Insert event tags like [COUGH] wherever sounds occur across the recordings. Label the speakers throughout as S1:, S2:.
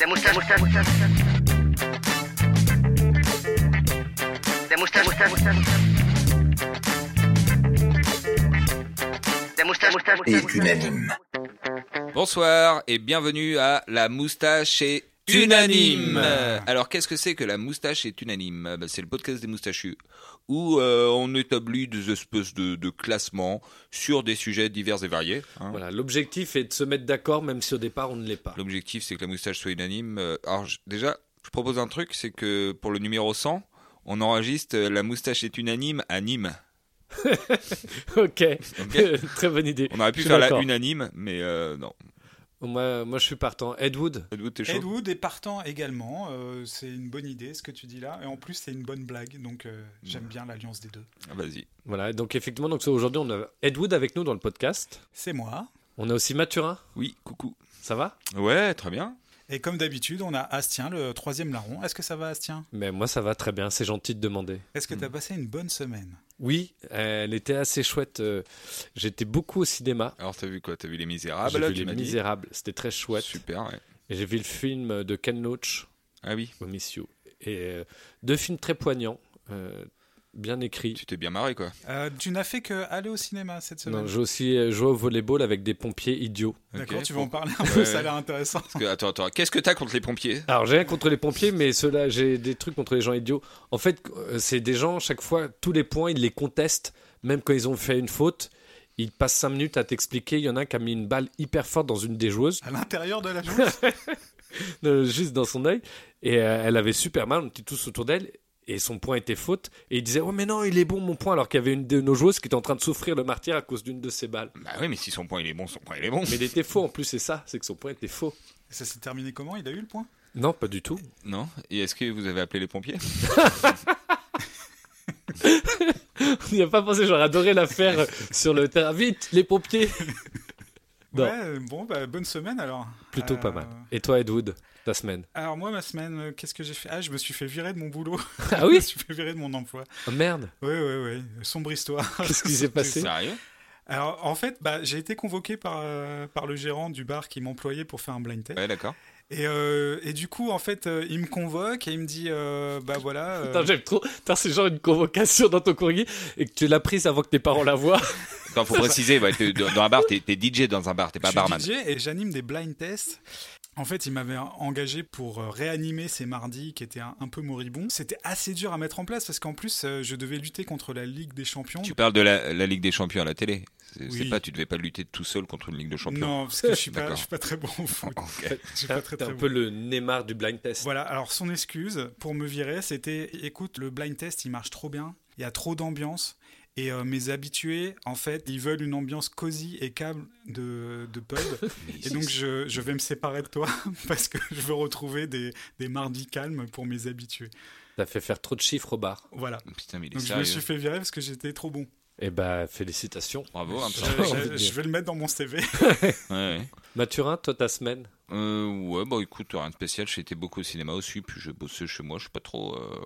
S1: La moustache, moustache, moustache. La moustache, moustache, moustache. La moustache, moustache,
S2: et
S1: moustache.
S2: unanime.
S3: Bonsoir et bienvenue à La Moustache est unanime. Alors qu'est-ce que c'est que La Moustache est unanime Ben, C'est le podcast des moustachus où euh, on établit des espèces de, de classements sur des sujets divers et variés. hein.
S4: Voilà, l'objectif est de se mettre d'accord, même si au départ on ne l'est pas.
S3: L'objectif c'est que La Moustache soit unanime. Euh, Alors j- déjà, je propose un truc, c'est que pour le numéro 100, on enregistre euh, La Moustache est unanime à
S4: [LAUGHS]
S3: Nîmes.
S4: [LAUGHS] Ok, [LAUGHS]
S3: Ok
S4: très bonne idée.
S3: on aurait pu
S4: Je suis
S3: faire la
S4: d'accord.
S3: unanime, mais euh, non.
S4: Moi, moi, je suis partant. Ed Wood
S3: Edwood, t'es chaud
S5: Ed Wood est partant également. euh, c'est une bonne idée ce que tu dis là. Et en plus, c'est une bonne blague. Donc, euh, j'aime bien l'alliance des deux.
S3: Ah, Vas-y.
S4: Voilà, donc effectivement, donc ça, aujourd'hui, on a Ed Wood avec nous dans le podcast.
S5: C'est moi.
S4: On a aussi Mathurin,
S3: Oui, coucou.
S4: ça va
S3: Ouais, très bien.
S5: Et comme d'habitude, on a Astien, le troisième larron. Est-ce que ça va, Astien
S4: Mais moi, ça va très bien, c'est gentil de demander.
S5: Est-ce que tu as passé une bonne semaine
S4: Oui, euh, elle était assez chouette. euh, J'étais beaucoup au cinéma.
S3: Alors t'as vu quoi T'as vu Les
S4: J'ai
S3: Misérables
S4: vu
S3: tu
S4: Les
S3: m'as dit
S4: Misérables, c'était très chouette.
S3: Super, ouais.
S4: Et J'ai vu le film de Ken Loach,
S3: Ah oui,
S4: au Missio. Et euh, deux films très poignants, euh, bien écrits.
S3: tu t'es bien marré quoi.
S5: Euh, Tu n'as fait que aller au cinéma cette semaine.
S4: Non, J'ai aussi euh, joué au volleyball avec des pompiers idiots.
S5: D'accord,
S3: Ok,
S5: tu vas en
S3: faut-
S5: parler un peu,
S3: Ouais.
S5: ça a l'air intéressant.
S3: Parce que, attends, attends, qu'est-ce que t'as contre les pompiers
S4: Alors j'ai rien contre les pompiers, mais ceux-là, j'ai des trucs contre les gens idiots. En fait, euh, c'est des gens, chaque fois, tous les points, ils les contestent, même quand ils ont fait une faute. Ils passent 5 minutes à t'expliquer. Il y en a un qui a mis une balle hyper forte dans une des joueuses, [LAUGHS]
S5: À l'intérieur de la joue
S4: euh, juste dans son œil, et euh, elle avait super mal. On était tous autour d'elle, et son point était faute. Et il disait Ouais, mais non, il est bon mon point, alors qu'il y avait une de nos joueuses qui était en train de souffrir le martyr à cause d'une de ses balles.
S3: Bah oui, mais si son point il est bon, son point il est bon.
S4: Mais il était faux en plus, c'est ça, c'est que son point était faux.
S5: Ça s'est terminé comment Il a eu le point
S4: Non, pas du tout.
S3: Non Et est-ce que vous avez appelé les pompiers
S4: [LAUGHS] Il n'y a pas pensé, j'aurais adoré la faire euh, sur le terrain. Vite, les pompiers Non.
S5: Ouais, euh, bon, bah, bonne semaine alors.
S4: Plutôt
S5: Euh,
S4: pas mal. Et toi, Ed Wood, ta semaine
S5: Alors, moi, ma semaine, euh, qu'est-ce que j'ai fait Ah, je me suis fait virer de mon boulot.
S4: [LAUGHS] Ah
S5: [LAUGHS] je
S4: oui
S5: me suis fait virer de mon emploi.
S4: Oh,
S5: [LAUGHS]
S4: Merde
S5: Oui, oui, oui. Sombre histoire.
S4: Qu'est-ce qui s'est passé
S3: Sérieux
S5: Alors, en fait, bah, j'ai été convoqué par, euh, par le gérant du bar qui m'employait pour faire un blind test.
S3: Ouais, d'accord.
S5: Et, euh, et du coup, en fait, euh, il me convoque et il me dit euh, Bah
S3: [LAUGHS]
S5: voilà. euh,
S4: Putain, j'aime trop. Putain, c'est genre une convocation dans ton courrier et que tu l'as prise avant que tes parents la voient.
S3: Attends, faut préciser, ouais, t'es dans dans
S5: [LAUGHS]
S3: un bar, t'es t'es DJ dans un bar, t'es
S5: je
S3: pas
S5: suis
S3: barman.
S5: DJ et j'anime des blind tests. En fait, il m'avait engagé pour euh, réanimer ces mardis qui étaient un, un peu moribonds. C'était assez dur à mettre en place parce qu'en plus, euh, je devais lutter contre la Ligue des Champions.
S3: Tu parles de la, la Ligue des Champions à la télé. C'est c'est
S5: Oui.
S3: pas, tu devais pas lutter tout seul contre une Ligue de Champions.
S5: Non, parce que
S3: [LAUGHS]
S5: je suis pas,
S3: D'accord.
S5: je suis pas très bon au foot.
S3: Ok.
S5: Je suis pas [LAUGHS] très,
S4: T'es
S5: très
S4: un
S5: bon.
S4: peu le Neymar du blind test.
S5: Voilà, alors son excuse pour me virer, c'était écoute, le blind test, il marche trop bien, il y a trop d'ambiance. Et euh, mes habitués, en fait, ils veulent une ambiance cosy et câble de,
S4: [LAUGHS]
S5: de pub. et donc, je, je vais me séparer de toi [LAUGHS] parce que je veux retrouver des, des mardis calmes pour mes habitués.
S4: T'as fait faire trop de chiffres au bar.
S5: Voilà.
S3: Putain, mais il est
S5: Donc, je
S3: sérieux.
S5: me suis fait virer parce que j'étais trop bon.
S4: Eh ben, félicitations.
S3: Bravo, un
S5: [LAUGHS] Je,
S3: petit peu.
S4: Oh, [LAUGHS] envie de
S5: je-
S4: dire.
S5: je vais le mettre dans mon CV.
S3: Ouais, ouais.
S4: Mathurin, toi, ta semaine
S3: Euh, ouais, bah écoute, rien de spécial. J'ai été beaucoup au cinéma aussi, puis j'ai bossé chez moi. Je suis pas trop. euh,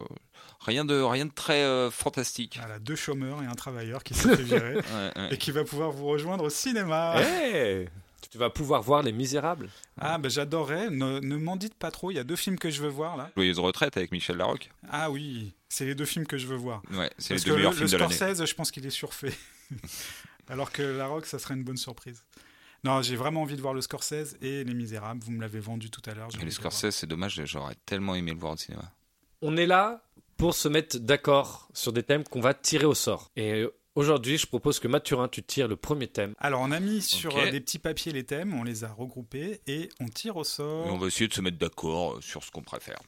S3: Rien, de, rien de très euh, fantastique.
S5: Voilà, Ah, deux chômeurs et un travailleur qui s'est
S4: [LAUGHS]
S5: fait virer
S3: Ouais, ouais.
S5: et qui va pouvoir vous rejoindre au cinéma.
S4: Eh Tu vas pouvoir voir Les Misérables.
S5: Ah, ben j'adorerais. Ne, ne m'en dites pas trop. Il y a deux films que je veux voir là.
S3: Joyeuse retraite avec Michel Larocque.
S5: Ah oui, c'est les deux films que je veux voir.
S3: Ouais, c'est les
S5: Parce que
S3: deux
S5: le,
S3: meilleurs
S5: le
S3: films de l'année.
S5: Scorsese, je pense qu'il est surfait. [LAUGHS] Alors que La Rock, ça serait une bonne surprise. Non, j'ai vraiment envie de voir le Scorsese et Les Misérables. Vous me l'avez vendu tout à l'heure. j'ai
S3: Et le
S5: envie de le voir.
S3: Scorsese, c'est dommage, j'aurais tellement aimé le voir au cinéma.
S4: On est là pour se mettre d'accord sur des thèmes qu'on va tirer au sort. Et aujourd'hui, je propose que Mathurin, tu tires le premier thème.
S5: Alors, on a mis sur
S3: Ok.
S5: euh, des petits papiers les thèmes, on les a regroupés et on tire au
S3: Et on
S5: sort.
S3: va essayer de se mettre d'accord euh, sur ce qu'on préfère.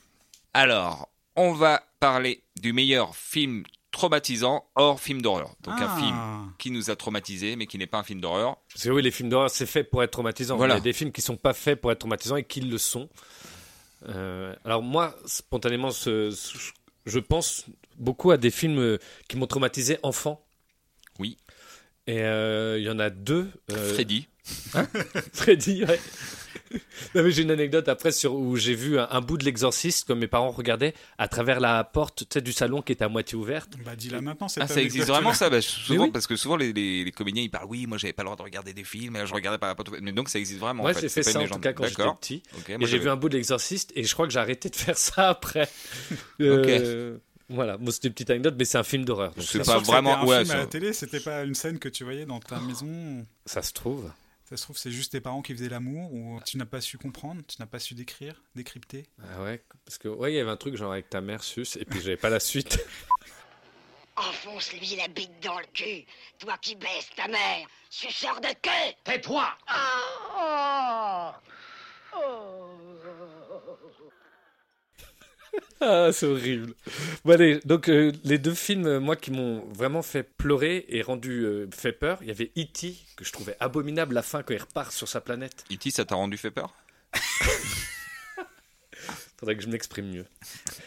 S3: Alors, on va parler du meilleur film traumatisant hors film d'horreur. Donc un
S5: Ah.
S3: film qui nous a traumatisés, mais qui n'est pas un film d'horreur.
S4: Parce que oui, les films d'horreur, c'est fait pour être traumatisant.
S3: Voilà.
S4: Il y a des films qui sont pas faits pour être traumatisants et qui le sont. Euh, alors moi, spontanément, ce- ce- je pense beaucoup à des films euh, qui m'ont traumatisé enfant.
S3: Oui.
S4: Et euh, il y en a deux. euh,
S3: Freddy.
S4: [LAUGHS] Freddy, ouais. [LAUGHS] Non, mais j'ai une anecdote après sur où j'ai vu un, un bout de l'exorciste que mes parents regardaient à travers la porte tu sais, du salon qui était à moitié ouverte.
S5: Bah, dis-la maintenant, c'est
S3: Ah, ça existe vraiment ça bah, Souvent,
S4: Mais oui.
S3: parce que souvent les, les- les comédiens ils parlent oui, moi j'avais pas le droit de regarder des films, et je regardais pas la porte ouverte. Mais donc ça existe vraiment.
S4: Moi,
S3: en fait.
S4: j'ai fait
S3: C'est
S4: ça
S3: pas
S4: en
S3: une
S4: tout
S3: légende.
S4: cas quand j'étais
S3: D'accord.
S4: petit.
S3: Ok,
S4: et
S3: moi,
S4: j'ai vu un bout de l'exorciste et je crois que j'ai arrêté de faire
S3: [LAUGHS]
S4: ça après. Euh, Voilà, bon, c'était une petite anecdote, mais c'est un film d'horreur. donc
S3: C'est
S4: ça,
S3: pas vraiment-
S5: Un
S3: ouais,
S5: film
S3: ça- Oh.
S5: à la télé, c'était pas une scène que tu voyais dans ta maison.
S4: ça se trouve.
S5: Ça se trouve, c'est juste tes parents qui faisaient l'amour ou tu n'as pas su comprendre, tu n'as pas su décrire, décrypter.
S4: Ah ouais, parce que ouais, il y avait un truc genre avec ta mère sus et puis j'avais pas la suite.
S3: [LAUGHS]
S2: Enfonce-lui la bite dans le cul, toi qui baisses ta mère, suceur de queue Oh, Tais-toi oh.
S4: Ah, c'est horrible. Bon, allez, donc euh, les deux films, euh, moi, qui m'ont vraiment fait pleurer et rendu euh, fait peur, il y avait E.T., que je trouvais abominable la fin quand il repart sur sa planète.
S3: E.T., E ça t'a rendu fait peur
S4: Faudrait que je m'exprime mieux.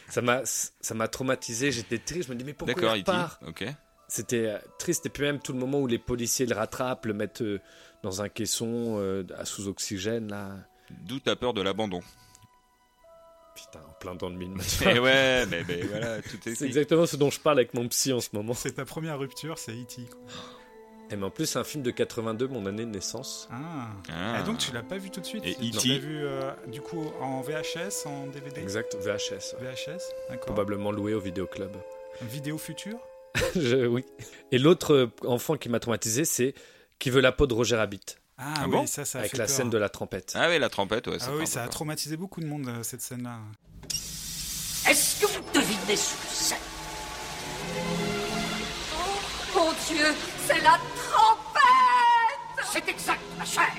S4: Ça m'a, ça m'a traumatisé, j'étais triste, je me dis, mais pourquoi
S3: D'accord, E
S4: il
S3: E.T.
S4: repart
S3: Ok.
S4: C'était euh, triste, et puis même tout le moment où les policiers le rattrapent, le mettent euh, dans un caisson euh, à sous-oxygène, là.
S3: D'où ta peur de l'abandon
S4: Putain, en plein dans le mine.
S5: [LAUGHS]
S3: Eh ouais, mais, mais voilà, tout est.
S4: C'est exactement ce dont je parle avec mon psy en ce moment.
S5: C'est ta première rupture, c'est E.T. quoi.
S4: Et mais en plus, c'est un film de 82, mon année de naissance.
S5: Ah.
S3: Ah.
S5: Et donc tu l'as pas vu tout de suite.
S3: Et
S5: tu
S3: E.T.
S5: l'as vu euh, du coup en VHS, en DVD
S4: E Exact, VHS. ouais.
S5: VHS, d'accord.
S4: Probablement loué au vidéoclub. [LAUGHS]
S5: Vidéo future
S4: Je- oui. Et l'autre euh, enfant qui m'a traumatisé, c'est Qui veut la peau de Roger Rabbit,
S5: Ah,
S3: Ah
S5: oui,
S3: bon
S5: ça, ça a
S4: avec
S5: fait
S4: la
S5: peur.
S4: scène de la trompette.
S3: Ah ouais, la trompette, ouais.
S5: Ah oui, ça a traumatisé beaucoup de monde euh, cette scène-là.
S2: Est-ce que vous devinez ce que c'est
S6: Oh, Mon Dieu, c'est la trompette
S2: C'est exact, ma chère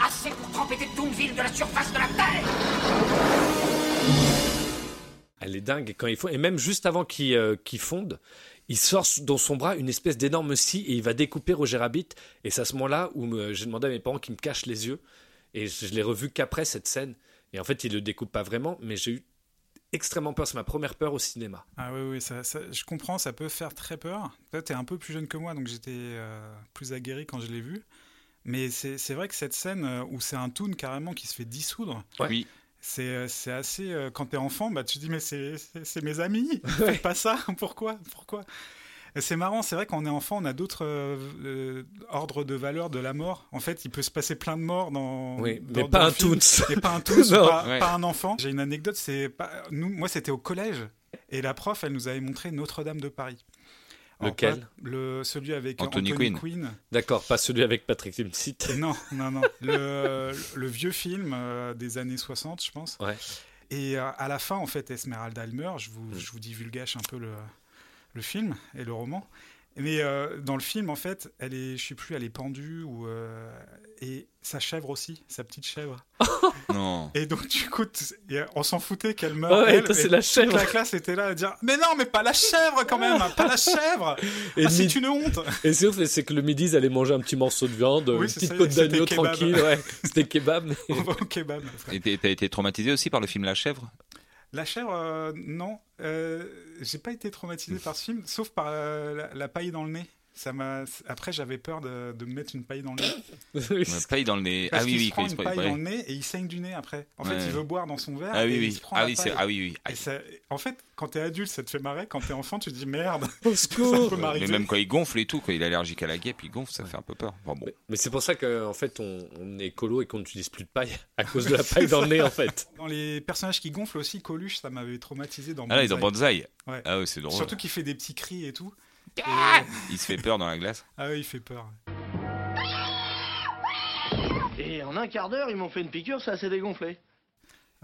S2: Assez pour tremper des ville de la surface de la Terre
S4: Elle est dingue. Et, quand il faut... et même juste avant qu'il euh, qu'il fonde, il sort s- dans son bras une espèce d'énorme scie et il va découper Roger Rabbit. Et c'est à ce moment-là où euh, j'ai demandé à mes parents qu'ils me cachent les yeux. Et je je l'ai revu qu'après cette scène. Et en fait, il le découpe pas vraiment, mais j'ai eu extrêmement peur. C'est ma première peur au cinéma.
S5: Ah oui, oui, ça, ça- je comprends, ça peut faire très peur. Toi, t'es un peu plus jeune que moi, donc j'étais euh, plus aguerri quand je l'ai vu. Mais c'est c'est vrai que cette scène euh, où c'est un toon carrément qui se fait dissoudre,
S4: Ouais.
S3: Oui.
S5: c'est euh, c'est assez. euh, quand t'es enfant, bah, tu te dis, mais c'est- c'est c'est mes amis, [LAUGHS] faites pas ça, pourquoi Pourquoi Et C'est marrant, c'est vrai qu'on est enfant, on a d'autres euh, euh, ordres de valeur de la mort. En fait, il peut se passer plein de morts dans.
S4: Oui,
S5: dans-
S4: mais
S5: dans
S4: pas
S5: le
S4: un
S5: [LAUGHS] film.
S4: Toons. [LAUGHS]
S5: Et pas un tous,
S4: Non.
S5: pas,
S3: Ouais.
S5: pas un enfant. J'ai une anecdote, c'est pas nous. Moi, c'était au collège et la prof, elle nous avait montré Notre-Dame de Paris. Alors,
S4: Lequel
S5: pas Le celui avec
S3: Anthony
S5: Anthony,
S3: Quinn.
S5: Quinn.
S4: D'accord, pas celui avec Patrick Timsit.
S5: Non, non, non. Le, le vieux film euh, des années 60, je pense.
S4: Ouais.
S5: Et euh, à la fin, en fait, Esmeralda Almer, je vous,
S4: Mm.
S5: je vous divulgage un peu le, le film et le roman. Mais euh, dans le film, en fait, elle est, je sais plus, elle est pendue ou euh, et sa chèvre aussi, sa petite chèvre.
S3: Non.
S5: Et donc, du coup, t- et, euh, on s'en foutait qu'elle meure.
S4: Ah ouais,
S5: elle,
S4: toi,
S5: mais
S4: c'est la
S5: toute
S4: chèvre.
S5: La classe était là à dire Mais non, mais pas la chèvre quand même, hein, pas la chèvre
S4: Et, le
S5: Ah, C'est
S4: midi- [LAUGHS]
S5: une honte
S4: et c'est ouf, c'est que le midi, ils allaient manger un petit morceau de viande,
S5: Oui,
S4: une
S5: c'est
S4: petite
S5: ça,
S4: côte
S5: c'était
S4: d'agneau
S5: kebab.
S4: tranquille. Ouais, c'était kebab.
S5: [LAUGHS]
S4: mais- [LAUGHS]
S5: On va au kebab. frère.
S3: Et t'es- t'as été traumatisé aussi par le film La chèvre
S5: La chèvre, euh, non. Euh, J'ai pas été traumatisé par ce film, sauf par euh, la, la paille dans le nez. Ça m'a. Après, j'avais peur de, de me mettre une paille dans le nez.
S4: Oui,
S3: Ouais, Paille dans le nez.
S5: Parce
S3: ah oui,
S5: qu'il
S3: oui,
S5: se prend
S3: il se
S5: une
S3: prend-
S5: paille
S3: ouais.
S5: dans le nez et il saigne du nez après. En
S3: Ouais.
S5: fait, il veut boire dans son verre
S3: Ah
S5: et
S3: oui,
S5: il
S3: oui.
S5: se prend
S3: Ah
S5: la
S3: oui, c'est.
S5: paille.
S3: Ah oui, oui.
S5: Et
S3: Aïe.
S5: ça- En fait, quand t'es adulte, ça te fait marrer. Quand t'es enfant, tu te dis merde.
S4: au secours.
S5: peut m'arriver.
S3: Ah Mais même quand il gonfle et tout, quand il est allergique à la guêpe, il gonfle, ça fait un peu peur. Enfin, bon.
S4: Mais, mais c'est pour ça qu'en fait, on, on est colo et qu'on n'utilise plus de paille [LAUGHS] à cause de la paille dans le nez, en fait.
S5: Dans les personnages qui gonflent aussi, Coluche, ça m'avait traumatisé dans
S3: Ah là, il est
S5: Banzai.
S3: dans Banzai.
S5: Ouais.
S3: Ah ouais, c'est drôle.
S5: Surtout qu'il fait des petits cris et tout. Et-
S3: Il se fait peur dans la glace.
S5: Ah oui, il fait peur.
S7: Et en un quart d'heure, ils m'ont fait une piqûre, ça s'est dégonflé.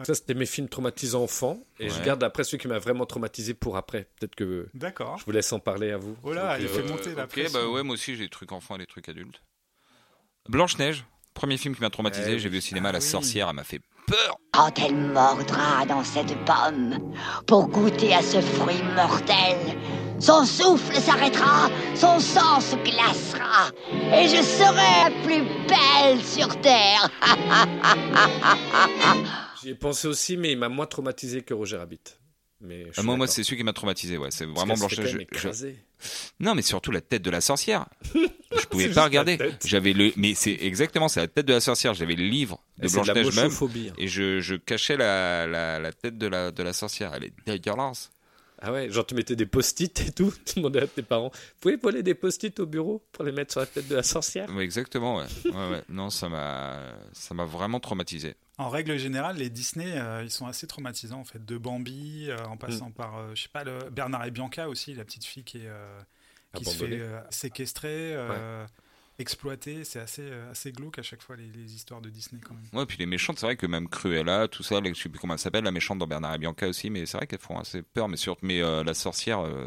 S4: Ça, c'était mes films traumatisants enfants. Et je
S3: Ouais.
S4: garde après celui qui m'a vraiment traumatisé pour après. Peut-être que
S5: D'accord.
S4: je vous laisse en parler à vous.
S5: Oh là, [LAUGHS] il
S3: Euh,
S5: fait monter la
S3: ok,
S5: pression.
S3: bah ouais, moi aussi j'ai des trucs enfants et des trucs adultes. Blanche-Neige, premier film qui m'a traumatisé,
S4: Eh
S3: j'ai vu au cinéma
S5: Ah
S3: La
S5: oui.
S3: sorcière, elle m'a fait peur.
S2: Quand elle mordra dans cette pomme pour goûter à ce fruit mortel, son souffle s'arrêtera, son sang se glacera, et je serai la plus belle sur terre.
S4: J'y ai pensé aussi, mais il m'a moins traumatisé que Roger Rabbit. Mais je suis
S3: Euh, moi, moi,
S4: d'accord.
S3: c'est celui qui m'a traumatisé, ouais, c'est
S4: Parce
S3: vraiment
S4: qu'elle se fait
S3: Blanche-Neige.
S4: quand même
S3: je- je-
S4: écraser. [LAUGHS]
S3: Non, mais surtout la tête de la sorcière. Je pouvais
S4: C'est
S3: pas
S4: juste la
S3: regarder.
S4: tête.
S3: J'avais le, mais c'est exactement, c'est la tête de la sorcière. J'avais le livre de
S4: C'est de
S3: Blanche
S4: la
S3: Neige même,
S4: mochophobie. hein.
S3: et je, je cachais la, la, la tête de la, de la sorcière. Elle est dégueulasse.
S4: Ah ouais, genre tu mettais des post-it et tout, [LAUGHS] tu demandais à tes parents, vous pouvez voler des post-it au bureau pour les mettre sur la tête de la sorcière
S3: Ouais, exactement. Ouais. Ouais, ouais. Non, ça m'a, ça m'a vraiment traumatisé.
S5: En règle générale, les Disney, euh, ils sont assez traumatisants en fait. De Bambi, euh, en passant par, euh, je sais pas, le... Bernard et Bianca aussi, la petite fille qui est euh, qui se fait
S4: Abandonné.
S5: euh, séquestrer, euh, exploiter. C'est assez euh, assez glauque à chaque fois les, les histoires de Disney quand même.
S3: Ouais, puis les méchantes, c'est vrai que même Cruella, tout ça, les- je sais plus comment elle s'appelle, la méchante dans Bernard et Bianca aussi, mais c'est vrai qu'elles font assez peur. Mais surtout, mais euh, la sorcière, euh,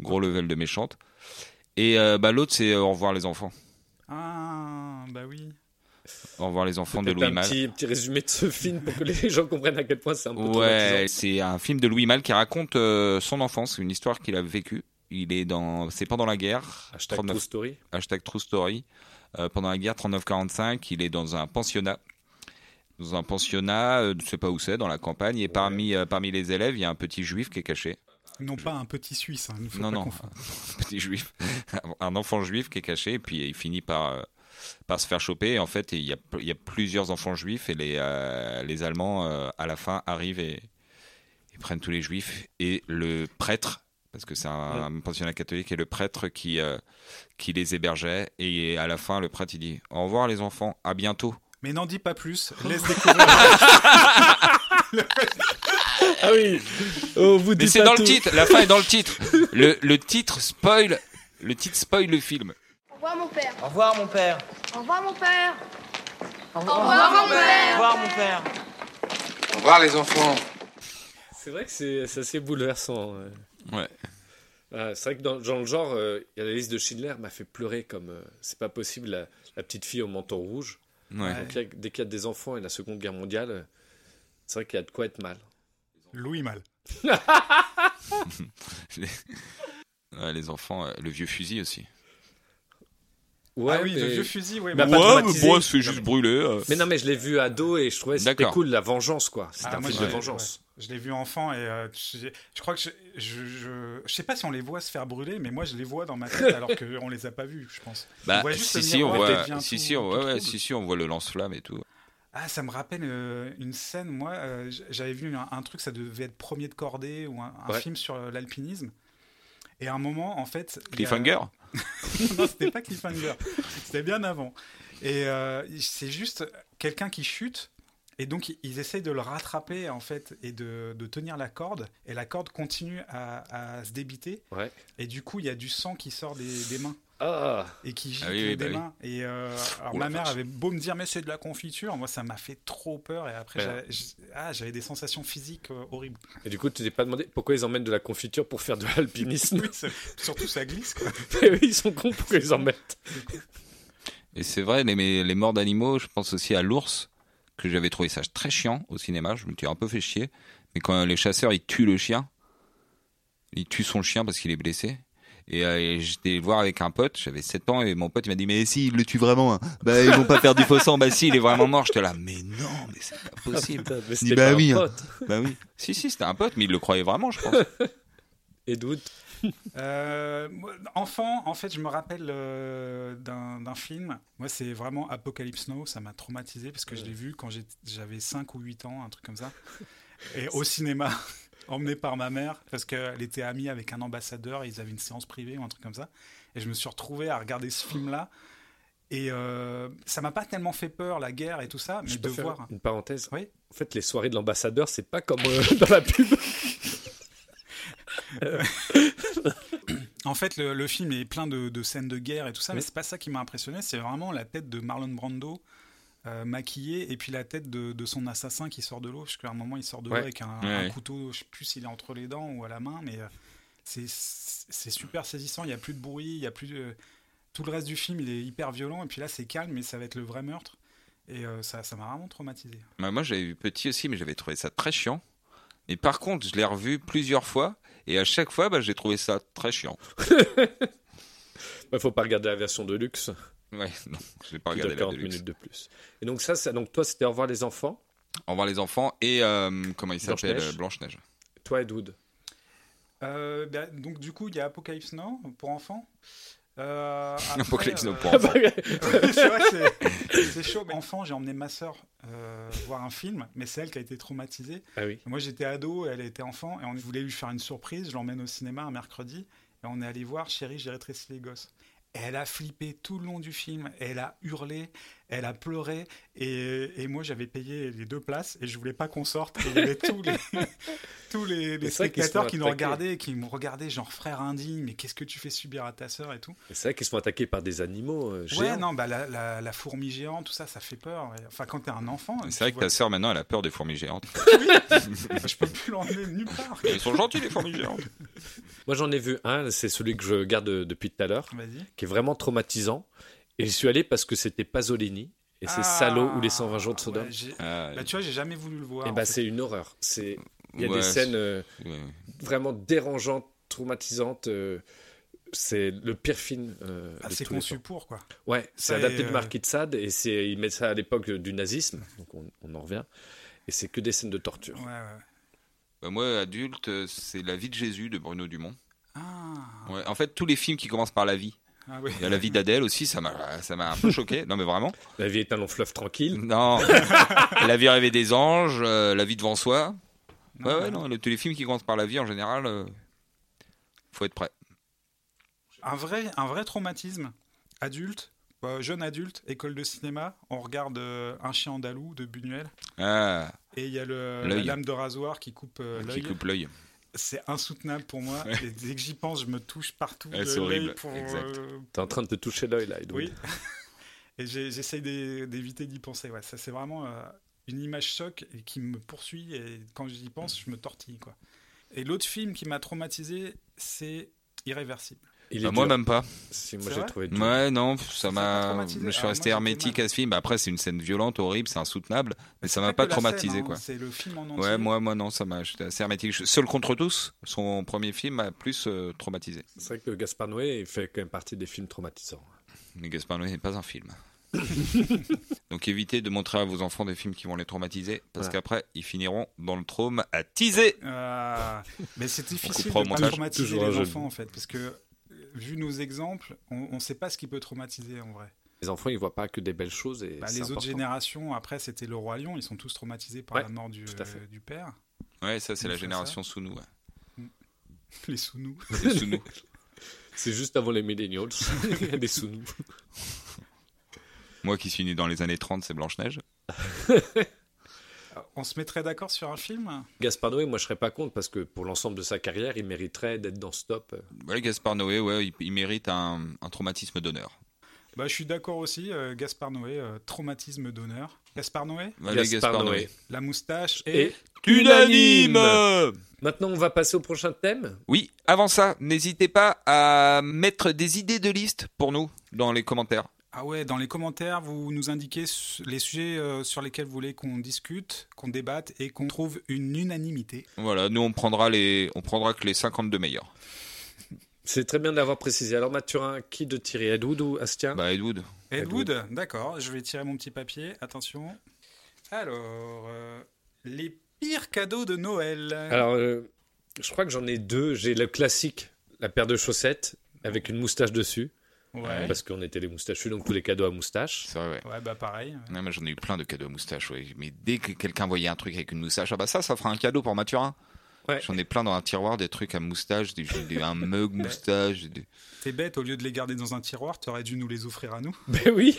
S3: gros level de méchante. Et euh, bah, l'autre, c'est euh, Au revoir les enfants.
S5: Ah bah oui.
S3: Au revoir les enfants de
S4: Peut-être
S3: Louis
S4: un
S3: Malle.
S4: petit, petit résumé de ce film pour que les [LAUGHS] gens comprennent à quel point c'est un peu
S3: Ouais, c'est un film de Louis Malle qui raconte euh, son enfance, une histoire qu'il a vécue. Il est dans, c'est pendant la guerre.
S4: Hashtag
S3: 39
S4: True Story.
S3: hashtag True Story. Euh, pendant la guerre 39-45, il est dans un pensionnat. Dans un pensionnat, euh, je ne sais pas où c'est, dans la campagne. Et parmi, euh, parmi les élèves, il y a un petit juif qui est caché.
S5: Non pas un petit Suisse. Hein, il faut
S3: non,
S5: pas
S3: non,
S5: confondre.
S3: un petit juif. [LAUGHS] un enfant juif qui est caché. Et puis il finit par, euh, par se faire choper. Et en fait, il y, a, il y a plusieurs enfants juifs. Et les, euh, les Allemands, euh, à la fin, arrivent et, et prennent tous les juifs. Et le prêtre, parce que c'est un, un pensionnat catholique, et le prêtre qui. euh, qui les hébergeait. Et à la fin, le prêtre, il dit Au revoir, les enfants, à bientôt.
S5: Mais n'en dis pas plus. Laisse découvrir.
S4: Ah oui oh, vous
S3: Mais
S4: dites
S3: c'est
S4: pas
S3: dans le
S4: tout.
S3: titre, la fin est dans le [LAUGHS] titre. Le, le titre spoil. Le titre spoil le film.
S6: Au revoir, mon père.
S8: Au revoir, mon père.
S6: Au revoir, mon père. Au revoir, mon
S8: Au
S6: père.
S8: revoir, mon père.
S9: Au revoir les enfants.
S4: C'est vrai que c'est c'est assez bouleversant. hein. ouais.
S3: Ouais.
S4: Ah, c'est vrai que dans, dans le genre, euh, il y a la liste de Schindler m'a fait pleurer comme euh, c'est pas possible la, la petite fille au menton rouge.
S3: Ouais.
S4: Donc, il y a- dès qu'il y a des enfants et la Seconde Guerre mondiale, euh, c'est vrai qu'il y a de quoi être mal.
S5: Louis Mal.
S3: Ouais, les enfants, euh, le vieux fusil aussi.
S4: Ouais,
S5: ah oui, le
S4: mais-
S5: vieux fusil. Ouais,
S4: Bah,
S5: mais-
S4: pas traumatisé.
S3: c'est juste brûler. euh.
S4: Mais non, mais je l'ai vu ado et je trouvais que c'était
S3: D'accord.
S4: cool, la vengeance, quoi. C'est
S5: Ah,
S4: un
S5: moi,
S4: film de
S5: je l'ai-
S4: vengeance.
S5: ouais. Je l'ai vu enfant et euh, je, je crois que je, je, je, je sais pas si on les voit se faire brûler, mais moi je les vois dans ma tête alors qu'on les a pas vus, je pense.
S3: Bah,
S5: On voit juste
S3: si,
S5: le
S3: si, on
S5: miroir et
S3: voit,
S5: devient
S3: si,
S5: tout-
S3: si, on
S5: tout
S3: voit, ouais,
S5: trouble.
S3: si, si, on voit le lance-flamme et tout.
S5: Ah, ça me rappelle euh, une scène, moi, euh, j- j'avais vu un, un truc, ça devait être Premier de Cordée ou un, un
S4: Ouais.
S5: film sur euh, l'alpinisme. Et à un moment, en fait. il y a-
S3: Cliffhanger
S5: non, c'était pas Cliffhanger. C'était bien avant. Et euh, c'est juste quelqu'un qui chute. Et donc, i- ils essayent de le rattraper, en fait, et de, de tenir la corde. Et la corde continue à, à se débiter.
S4: Ouais.
S5: Et du coup, il y a du sang qui sort des, des mains.
S4: Ah,
S5: Et qui gicle
S3: Ah oui, oui,
S5: des
S3: bah oui.
S5: mains. Et euh, alors,
S3: Oh la
S5: ma mère
S3: vache.
S5: avait beau me dire, mais c'est de la confiture. Moi, ça m'a fait trop peur. Et après,
S4: Ouais.
S3: Bah.
S5: j'avais- j- ah, j'avais des sensations physiques euh, horribles.
S4: et du coup, tu t'es pas demandé pourquoi ils emmènent de la confiture pour faire de l'alpinisme [LAUGHS]
S5: [LAUGHS] Oui, c'est- surtout, ça glisse, quoi.
S4: Mais oui, Ils sont cons pourquoi ils en mettent.
S3: Et c'est vrai, les, mais les morts d'animaux, je pense aussi à l'ours, que j'avais trouvé ça très chiant au cinéma, je me suis un peu fait chier. Mais quand les chasseurs, ils tuent le chien, ils tuent son chien parce qu'il est blessé. Et, euh, et j'étais voir avec un pote, j'avais 7 ans, et mon pote il m'a dit Mais si, ils le tuent vraiment, hein. bah ils vont pas faire du faux sang, bah si, il est vraiment mort. J'étais là, mais non, mais c'est pas
S5: [LAUGHS]
S3: possible.
S4: Putain, mais
S3: Dis,
S4: c'était
S3: bah
S4: pas un
S3: oui, hein.
S4: pote.
S3: bah oui. Si, si, c'était un pote, mais il le croyait vraiment, je pense.
S4: Et doute.
S5: Euh, moi, enfant, en fait, je me rappelle euh, d'un d'un film. Moi, c'est vraiment Apocalypse Now. Ça m'a traumatisé parce que je l'ai vu quand j'ai- j'avais 5 ou 8 ans, un truc comme ça. Et au cinéma, [LAUGHS] emmené par ma mère, parce qu'elle était amie avec un ambassadeur. Ils avaient une séance privée ou un truc comme ça. Et je me suis retrouvé à regarder ce film-là. Et euh, ça m'a pas tellement fait peur, la guerre et tout ça, mais
S4: Je
S5: de
S4: peux faire
S5: voir.
S4: une parenthèse.
S5: Oui.
S4: En fait, les soirées de l'ambassadeur, c'est pas comme euh, [LAUGHS] dans la pub.
S5: En fait, le, le film est plein de, de scènes de guerre et tout ça, mais c'est pas ça qui m'a impressionné. C'est vraiment la tête de Marlon Brando euh, maquillée et puis la tête de, de son assassin qui sort de l'eau. Parce qu'à un moment, il sort de l'eau
S4: Ouais.
S5: avec un,
S3: Ouais.
S5: un couteau, je sais plus s'il est entre les dents ou à la main, mais euh, c'est- c'est super saisissant. Il y a plus de bruit, il y a plus de. Tout le reste du film, il est hyper violent et puis là, c'est calme, mais ça va être le vrai meurtre. Et euh, ça ça m'a vraiment traumatisé.
S3: Bah, moi, j'avais vu petit aussi, mais j'avais trouvé ça très chiant. Mais par contre, je l'ai revu plusieurs fois, et à chaque fois, bah, j'ai trouvé ça très chiant.
S4: Ouais, faut pas regarder la version de luxe.
S3: Ouais, [LAUGHS] non, je vais pas regarder
S4: Qui dure
S3: la
S4: 40
S3: Deluxe.
S4: minutes de plus. Et donc ça, ça- donc toi, c'était au revoir les enfants.
S3: Au revoir les enfants et euh, comment il s'appelle
S4: Blanche-Neige.
S3: euh, Blanche-Neige.
S4: Toi, Ed Wood.
S5: Euh, bah, donc du coup, il y a Apocalypse Now pour enfants. Il Euh,
S3: Non, pour que
S5: après,
S3: les kinos
S5: euh,
S3: pensent.
S5: [LAUGHS] c'est vrai que
S4: [LAUGHS]
S5: c'est- c'est chaud. Mais enfant, j'ai emmené ma sœur euh, voir un film, mais c'est elle qui a été traumatisée.
S4: Ah oui.
S5: Moi, j'étais ado, elle était enfant, et on voulait lui faire une surprise. Je l'emmène au cinéma un mercredi, et on est allé voir Chérie, j'ai rétréci les gosses. Elle a flippé tout le long du film, elle a hurlé, elle a pleuré, et, et moi j'avais payé les deux places et je voulais pas qu'on sorte. Et il y avait tous les, [LAUGHS] tous les, les
S4: Mais c'est vrai qu'ils se
S5: spectateurs
S4: font
S5: qui nous
S4: attaquer.
S5: regardaient, et qui me regardaient genre frère indigne, mais qu'est-ce que tu fais subir à ta sœur et tout.
S4: C'est vrai qu'ils se font attaquer par des animaux. euh,
S5: Ouais,
S4: géants.
S5: non, bah, la, la- la fourmi géante, tout ça, ça fait peur. ouais. Enfin, quand t'es un enfant, tu
S3: C'est vrai que
S5: vois-
S3: ta sœur maintenant elle a peur des fourmis
S5: [LAUGHS]
S3: géantes.
S5: je peux plus l'emmener nulle part.
S3: Ils sont gentils les fourmis
S5: [LAUGHS]
S3: géantes.
S4: Moi j'en ai vu un, c'est celui que je garde euh, depuis tout à l'heure,
S5: Vas-y.
S4: qui est vraiment traumatisant. Et je suis allé parce que c'était Pasolini et c'est
S5: Ah,
S4: Salo ou les 120 jours de
S5: ouais,
S4: Sodome.
S5: j'ai-
S3: Ah,
S5: bah, tu vois, j'ai jamais voulu le voir.
S4: et
S5: en
S4: bah
S5: fait.
S4: c'est une horreur. C'est il y a
S3: ouais,
S4: des scènes euh,
S3: c'est- ouais, ouais.
S4: vraiment dérangeantes, traumatisantes. euh, c'est le pire film. euh,
S5: Ah,
S4: de
S5: c'est
S4: tous les
S5: conçu
S4: temps.
S5: pour quoi.
S4: Ouais, c'est
S5: Ça,
S4: adapté
S5: et,
S4: de
S5: euh,
S4: Marquis de Sade et c'est il met ça à l'époque du nazisme, donc on, on en revient. Et c'est que des scènes de torture.
S5: Ouais, ouais.
S3: Bah, moi adulte, euh, c'est La vie de Jésus de Bruno Dumont.
S5: Ah,
S3: Ouais, en fait, tous les films qui commencent par la vie.
S5: ah oui.
S3: Il y a la vie d'Adèle aussi, ça m'a ça
S5: [LAUGHS]
S3: m'a un peu choqué. Non mais vraiment.
S4: La vie est un long fleuve tranquille.
S3: Non. la vie rêvée des anges, euh, la vie devant soi.
S5: Non,
S3: Ouais,
S5: bah,
S3: ouais, non, le- tous les films qui commencent par la vie en général, euh, faut être prêt.
S5: Un vrai, un vrai traumatisme adulte, euh, jeune adulte, école de cinéma. On regarde euh, Un chien andalou de Buñuel
S3: Ah,
S5: et il y a le, la
S3: L'œil.
S5: lame de rasoir qui coupe euh,
S3: qui
S5: l'œil.
S3: coupe l'œil.
S5: C'est insoutenable pour moi. Et dès que j'y pense, je me touche partout.
S3: Ouais,
S5: de
S3: c'est horrible.
S5: l'œil Pour,
S3: Exact.
S5: euh,
S4: T'es en train de te toucher l'œil là, Edwin.
S5: Oui. [LAUGHS] et j'ai- j'essaye d'é- d'éviter d'y penser. Ouais, ça c'est vraiment euh, une image choc et qui me poursuit. Et quand j'y pense, je me tortille quoi. Et l'autre film qui m'a traumatisé, c'est Irréversible.
S4: Il
S3: Bah,
S4: est
S3: moi
S4: dur.
S3: même pas.
S4: Si, moi
S5: C'est
S4: j'ai
S5: vrai
S4: trouvé dur.
S3: Ouais, non, pff, ça
S5: t'a pas
S3: m'a.
S5: traumatisé
S3: Je suis resté
S5: Ah, moi, ça me fait
S3: hermétique
S5: mal.
S3: à ce film. Bah, Après, c'est une scène violente, horrible, c'est insoutenable, mais ça m'a
S5: C'est
S3: pas
S5: que la
S3: traumatisé
S5: scène, hein,
S3: quoi.
S5: C'est le film en entier.
S3: Ouais, moi, moi non, ça m'a. J'étais assez hermétique. Je- Seul contre tous, son premier film m'a plus euh, traumatisé.
S4: C'est vrai que Gaspard Noé il fait quand même partie des films traumatisants.
S3: Mais Gaspard Noé n'est pas un
S5: [LAUGHS]
S3: film. Donc évitez de montrer à vos enfants des films qui vont les traumatiser, parce
S4: Voilà.
S3: qu'après, ils finiront dans le traume à teaser.
S5: Ah, mais
S3: [LAUGHS]
S5: c'est difficile
S3: coupera au
S5: de pas
S3: montage.
S5: traumatiser
S4: Toujours un
S3: hein,
S5: les
S4: jeune.
S5: enfants en fait, parce que euh, vu nos exemples, on ne sait pas ce qui peut traumatiser en vrai.
S4: Les enfants, ils voient pas que des belles choses et
S5: Bah, les
S4: c'est
S5: autres
S4: important.
S5: générations, après c'était le roi lion, ils sont tous traumatisés par
S4: Ouais,
S5: la mort du, euh,
S4: tout à fait.
S5: du père, [LAUGHS]
S3: Ouais, ça c'est
S5: Ils
S3: la
S5: font ça.
S3: génération sous nous. ouais.
S5: les sous-nous.
S3: C'est sous nous.
S4: C'est juste avant les millennials, [LAUGHS] il y a des sous-nous.
S3: Moi qui suis né dans les années 30, c'est Blanche Neige.
S4: Ah.
S5: On se mettrait d'accord sur un film
S4: Gaspard Noé, moi je serais pas contre parce que pour l'ensemble de sa carrière, il mériterait d'être dans ce top.
S3: Ouais, Gaspard Noé, ouais, il, il mérite un, un traumatisme d'honneur.
S5: Bah, je suis d'accord aussi, euh, Gaspard Noé, euh, traumatisme d'honneur. Gaspard Noé,
S3: Allez,
S5: la moustache et...
S4: Et
S3: Unanime
S4: maintenant, on va passer au prochain thème.
S3: Oui, avant ça, n'hésitez pas à mettre des idées de liste pour nous dans les commentaires.
S5: Ah ouais, dans les commentaires, vous nous indiquez su- les sujets euh, sur lesquels vous voulez qu'on discute, qu'on débatte et qu'on trouve une unanimité.
S3: Voilà, nous on prendra les on prendra que les 52 meilleurs.
S4: C'est très bien de l'avoir précisé. Alors, Mathurin, qui de tirer Edwood ou
S5: Ah.
S4: Astien
S3: Bah Edwood,
S5: Ed
S4: Wood.
S5: Wood, d'accord, je vais tirer mon petit papier, attention. Alors, euh, les pires cadeaux de Noël.
S4: Alors, euh, je crois que j'en ai deux. J'ai le classique, la paire de chaussettes avec une moustache dessus,
S5: ouais.
S4: parce qu'on était les moustachus, donc tous les cadeaux
S3: [LAUGHS]
S4: à moustache.
S3: c'est vrai ouais.
S5: ouais, bah pareil. ouais.
S3: Non, mais j'en ai eu plein de cadeaux à moustache, oui. Mais dès que quelqu'un voyait un truc avec une moustache, ah bah ça, ça fera un cadeau pour Mathurin.
S4: Ouais.
S3: J'en ai plein dans un tiroir des trucs à moustache, des, j'ai des- un mug moustache. j'ai Des...
S5: T'es bête, au lieu de les garder dans un tiroir, t'aurais dû nous les offrir à nous.
S4: Ben oui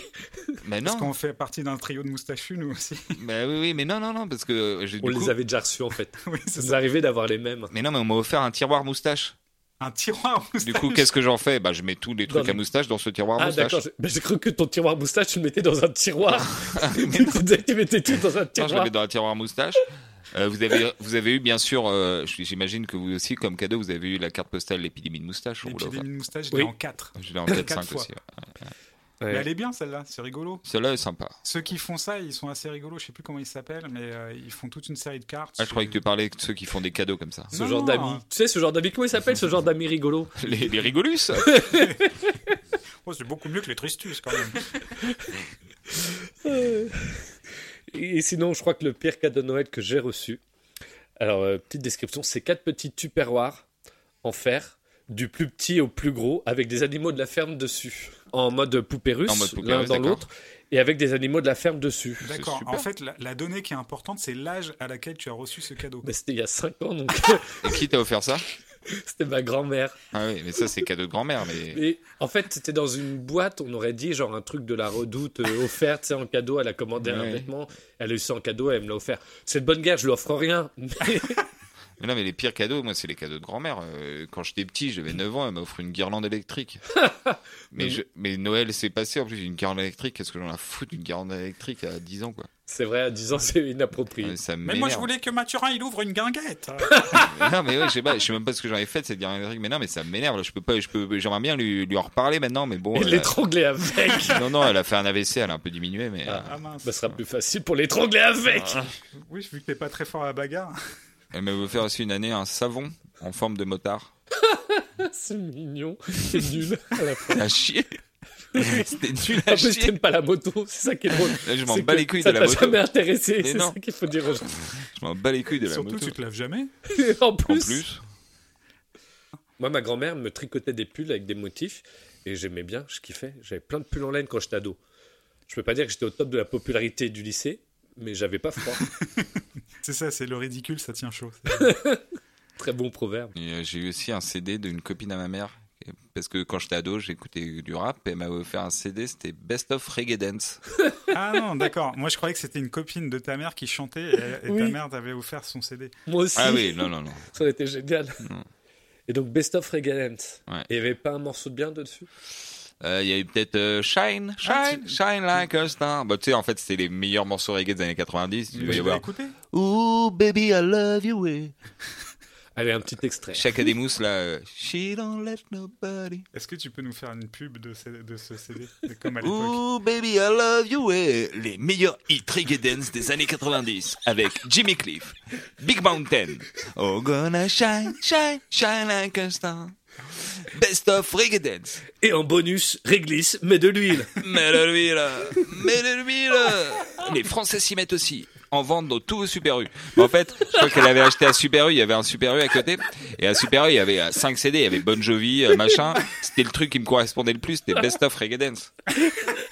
S3: Mais
S5: Parce
S3: non,
S5: qu'on fait partie d'un trio de moustachus, nous aussi. [LAUGHS]
S3: mais Bah oui, oui, mais non, non, non, parce que euh, j'ai
S4: On
S3: du
S4: les
S3: coup-
S4: avait déjà reçus en fait.
S5: oui,
S4: Ça
S5: [LAUGHS] c'est
S4: nous arrivait d'avoir les mêmes.
S3: Mais non, mais on m'a offert un tiroir moustache.
S5: un tiroir moustache.
S3: Du coup, qu'est-ce que j'en fais Bah, je mets tous les trucs
S4: Dans le-
S3: à moustache dans ce tiroir
S4: Ah
S3: moustache.
S4: d'accord, j'ai ben, j'ai cru que ton tiroir moustache, tu le mettais dans un tiroir. [LAUGHS] tu, disais que tu mettais tout dans un
S3: Tiens, je le
S4: tiroir.
S3: mets dans un tiroir moustache. Euh, vous, avez, vous avez eu, bien sûr, euh, je- j'imagine que vous aussi, comme cadeau, vous avez eu la carte postale L'épidémie de moustache. on vous l'a offert.
S5: L'épidémie de moustache, je
S4: Oui.
S5: l'ai en 4.
S3: Je l'ai en 4-5
S5: Quatre
S3: aussi.
S5: Mais
S4: Ouais.
S5: elle est bien celle-là, c'est rigolo.
S3: Celle-là est sympa.
S5: Ceux qui font ça, ils sont assez rigolos, je sais plus comment ils s'appellent, mais euh, ils font toute une série de cartes.
S3: Ah, je croyais que tu parlais de ceux qui font des cadeaux comme ça. [LAUGHS]
S4: Ce
S5: Non,
S4: genre
S5: non.
S4: d'amis. Tu sais, ce genre d'amis, comment il s'appelle ce genre d'amis rigolo
S3: Les, les rigolus
S4: [LAUGHS]
S5: Oh, c'est beaucoup mieux que les tristus
S3: [LAUGHS]
S5: quand même.
S4: Euh, Et sinon, je crois que le pire cadeau de Noël que j'ai reçu, alors euh, petite description, c'est quatre petits tupperwares en fer du plus petit au plus gros, avec des animaux de la ferme dessus, en mode poupée russe,
S3: En mode poupée
S4: l'un
S3: russe,
S4: dans
S3: d'accord.
S4: l'autre, et avec des animaux de la ferme dessus.
S5: D'accord.
S3: super.
S5: En fait, la, la donnée qui est importante, c'est l'âge à laquelle tu as reçu ce cadeau.
S4: Mais c'était il y a 5 ans, donc [LAUGHS]
S3: Et qui t'a offert ça
S4: c'était ma grand-mère.
S3: Ah oui, mais ça, c'est cadeau de grand-mère. Mais...
S4: Et en fait, c'était dans une boîte, on aurait dit genre un truc de la redoute euh, offert, tu sais, en cadeau, elle a commandé un
S3: Ouais.
S4: vêtement, elle a eu ça en cadeau, elle me l'a offert. C'est de bonne guerre, je lui offre rien. Mais- [LAUGHS]
S3: Mais non, mais les pires cadeaux, moi, c'est les cadeaux de grand-mère. Euh, Quand j'étais petit, j'avais 9 ans, elle m'a offert une guirlande électrique. mais, je- mais Noël s'est passé, en plus, une guirlande électrique. Qu'est-ce que j'en ai à foutre d'une guirlande électrique à 10 ans, quoi
S4: c'est vrai, à 10 ans, c'est inapproprié.
S3: Euh, Ça
S5: Mais moi, je
S3: m'énerve.
S5: voulais que Mathurin, il ouvre une
S3: [LAUGHS]
S5: guinguette.
S3: non, mais ouais, je sais pas, je sais même pas ce que j'en ai fait de cette guirlande électrique. Mais non, mais ça m'énerve. là, Je peux pas, je peux, j'aimerais bien lui, lui en reparler maintenant, mais bon.
S4: Et
S3: elle a-
S4: l'étrangler avec
S3: [LAUGHS] non, non, elle a fait un AVC, elle a un peu diminué, mais. euh,
S4: Ah.
S5: Ah mince.
S4: Bah, ce sera plus facile pour l'étrangler avec
S3: Ah.
S5: Oui, vu que t'es pas très fort à la bagarre.
S3: Elle m'a offert aussi une année un savon en forme de motard.
S4: [LAUGHS] C'est mignon, c'est nul. À
S3: [LAUGHS]
S4: la fin.
S3: À chier [LAUGHS] C'était nul
S4: En
S3: à
S4: plus,
S3: chier
S4: t'aimes pas la moto, c'est ça qui est drôle.
S3: Là, Je m'en
S4: C'est
S3: bats
S4: que
S3: les couilles de
S4: ça
S3: la
S4: t'a
S3: moto.
S4: jamais intéressé,
S3: Mais
S4: c'est
S3: non.
S4: ça qu'il faut dire aux gens.
S3: Je m'en bats les couilles de la
S5: Surtout,
S3: moto.
S5: tu te laves jamais.
S4: [LAUGHS] En
S3: En
S4: plus,
S3: plus,
S4: moi, ma grand-mère me tricotait des pulls avec des motifs et j'aimais bien, je kiffais. J'avais plein de pulls en laine quand j'étais ado. Je peux pas dire que j'étais au top de la popularité du lycée, mais j'avais
S3: [LAUGHS]
S4: pas froid.
S5: C'est ça, c'est le ridicule, ça tient chaud.
S4: Très bon proverbe.
S3: et, euh, j'ai eu aussi un CD d'une copine à ma mère. Et- Parce que quand j'étais ado, j'écoutais du rap et elle m'a offert un CD, c'était Best of Reggae Dance.
S5: Ah non, d'accord. Moi, je croyais que c'était une copine de ta mère qui chantait et, et ta
S4: Oui.
S5: mère t'avait offert son CD.
S4: Moi aussi,
S3: Ah oui, non, non, non.
S4: [LAUGHS] ça aurait été génial.
S3: Non.
S4: Et donc, Best of Regalant.
S3: Ouais.
S4: Et il y avait pas un morceau de bien de dessus
S3: Euh, Il y a eu peut-être euh, Shine, Shine,
S5: Ah, tu-
S3: Shine Like a Star. Bah, tu sais, en fait, c'était les meilleurs morceaux reggae des années 90. Il va y
S5: Tu l'as
S3: avoir
S5: écouté
S7: Ooh, baby, I love you.
S4: Allez, un petit extrait.
S3: Chaka des mousses, là. euh, She don't let nobody.
S5: Est-ce que tu peux nous faire une pub de ce, de ce CD C'est Comme à l'époque.
S3: Ooh, baby, I love you. eh. Les meilleurs hits reggae dance des années 90 avec Jimmy Cliff, Big Mountain. Oh, gonna shine, shine, shine like a star. Best of reggae dance.
S4: Et en bonus, réglisse, mais de l'huile.
S3: Mets-le-lui là. Mets-le-lui là. Les Français s'y mettent aussi. En vente dans tous vos Super U. En fait, je crois qu'elle avait acheté à Super U, il y avait un Super U à côté. Et à Super U, il y avait euh, 5 CD, il y avait Bon Jovi, euh, machin. C'était le truc qui me correspondait le plus, c'était Best of Reggae Dance.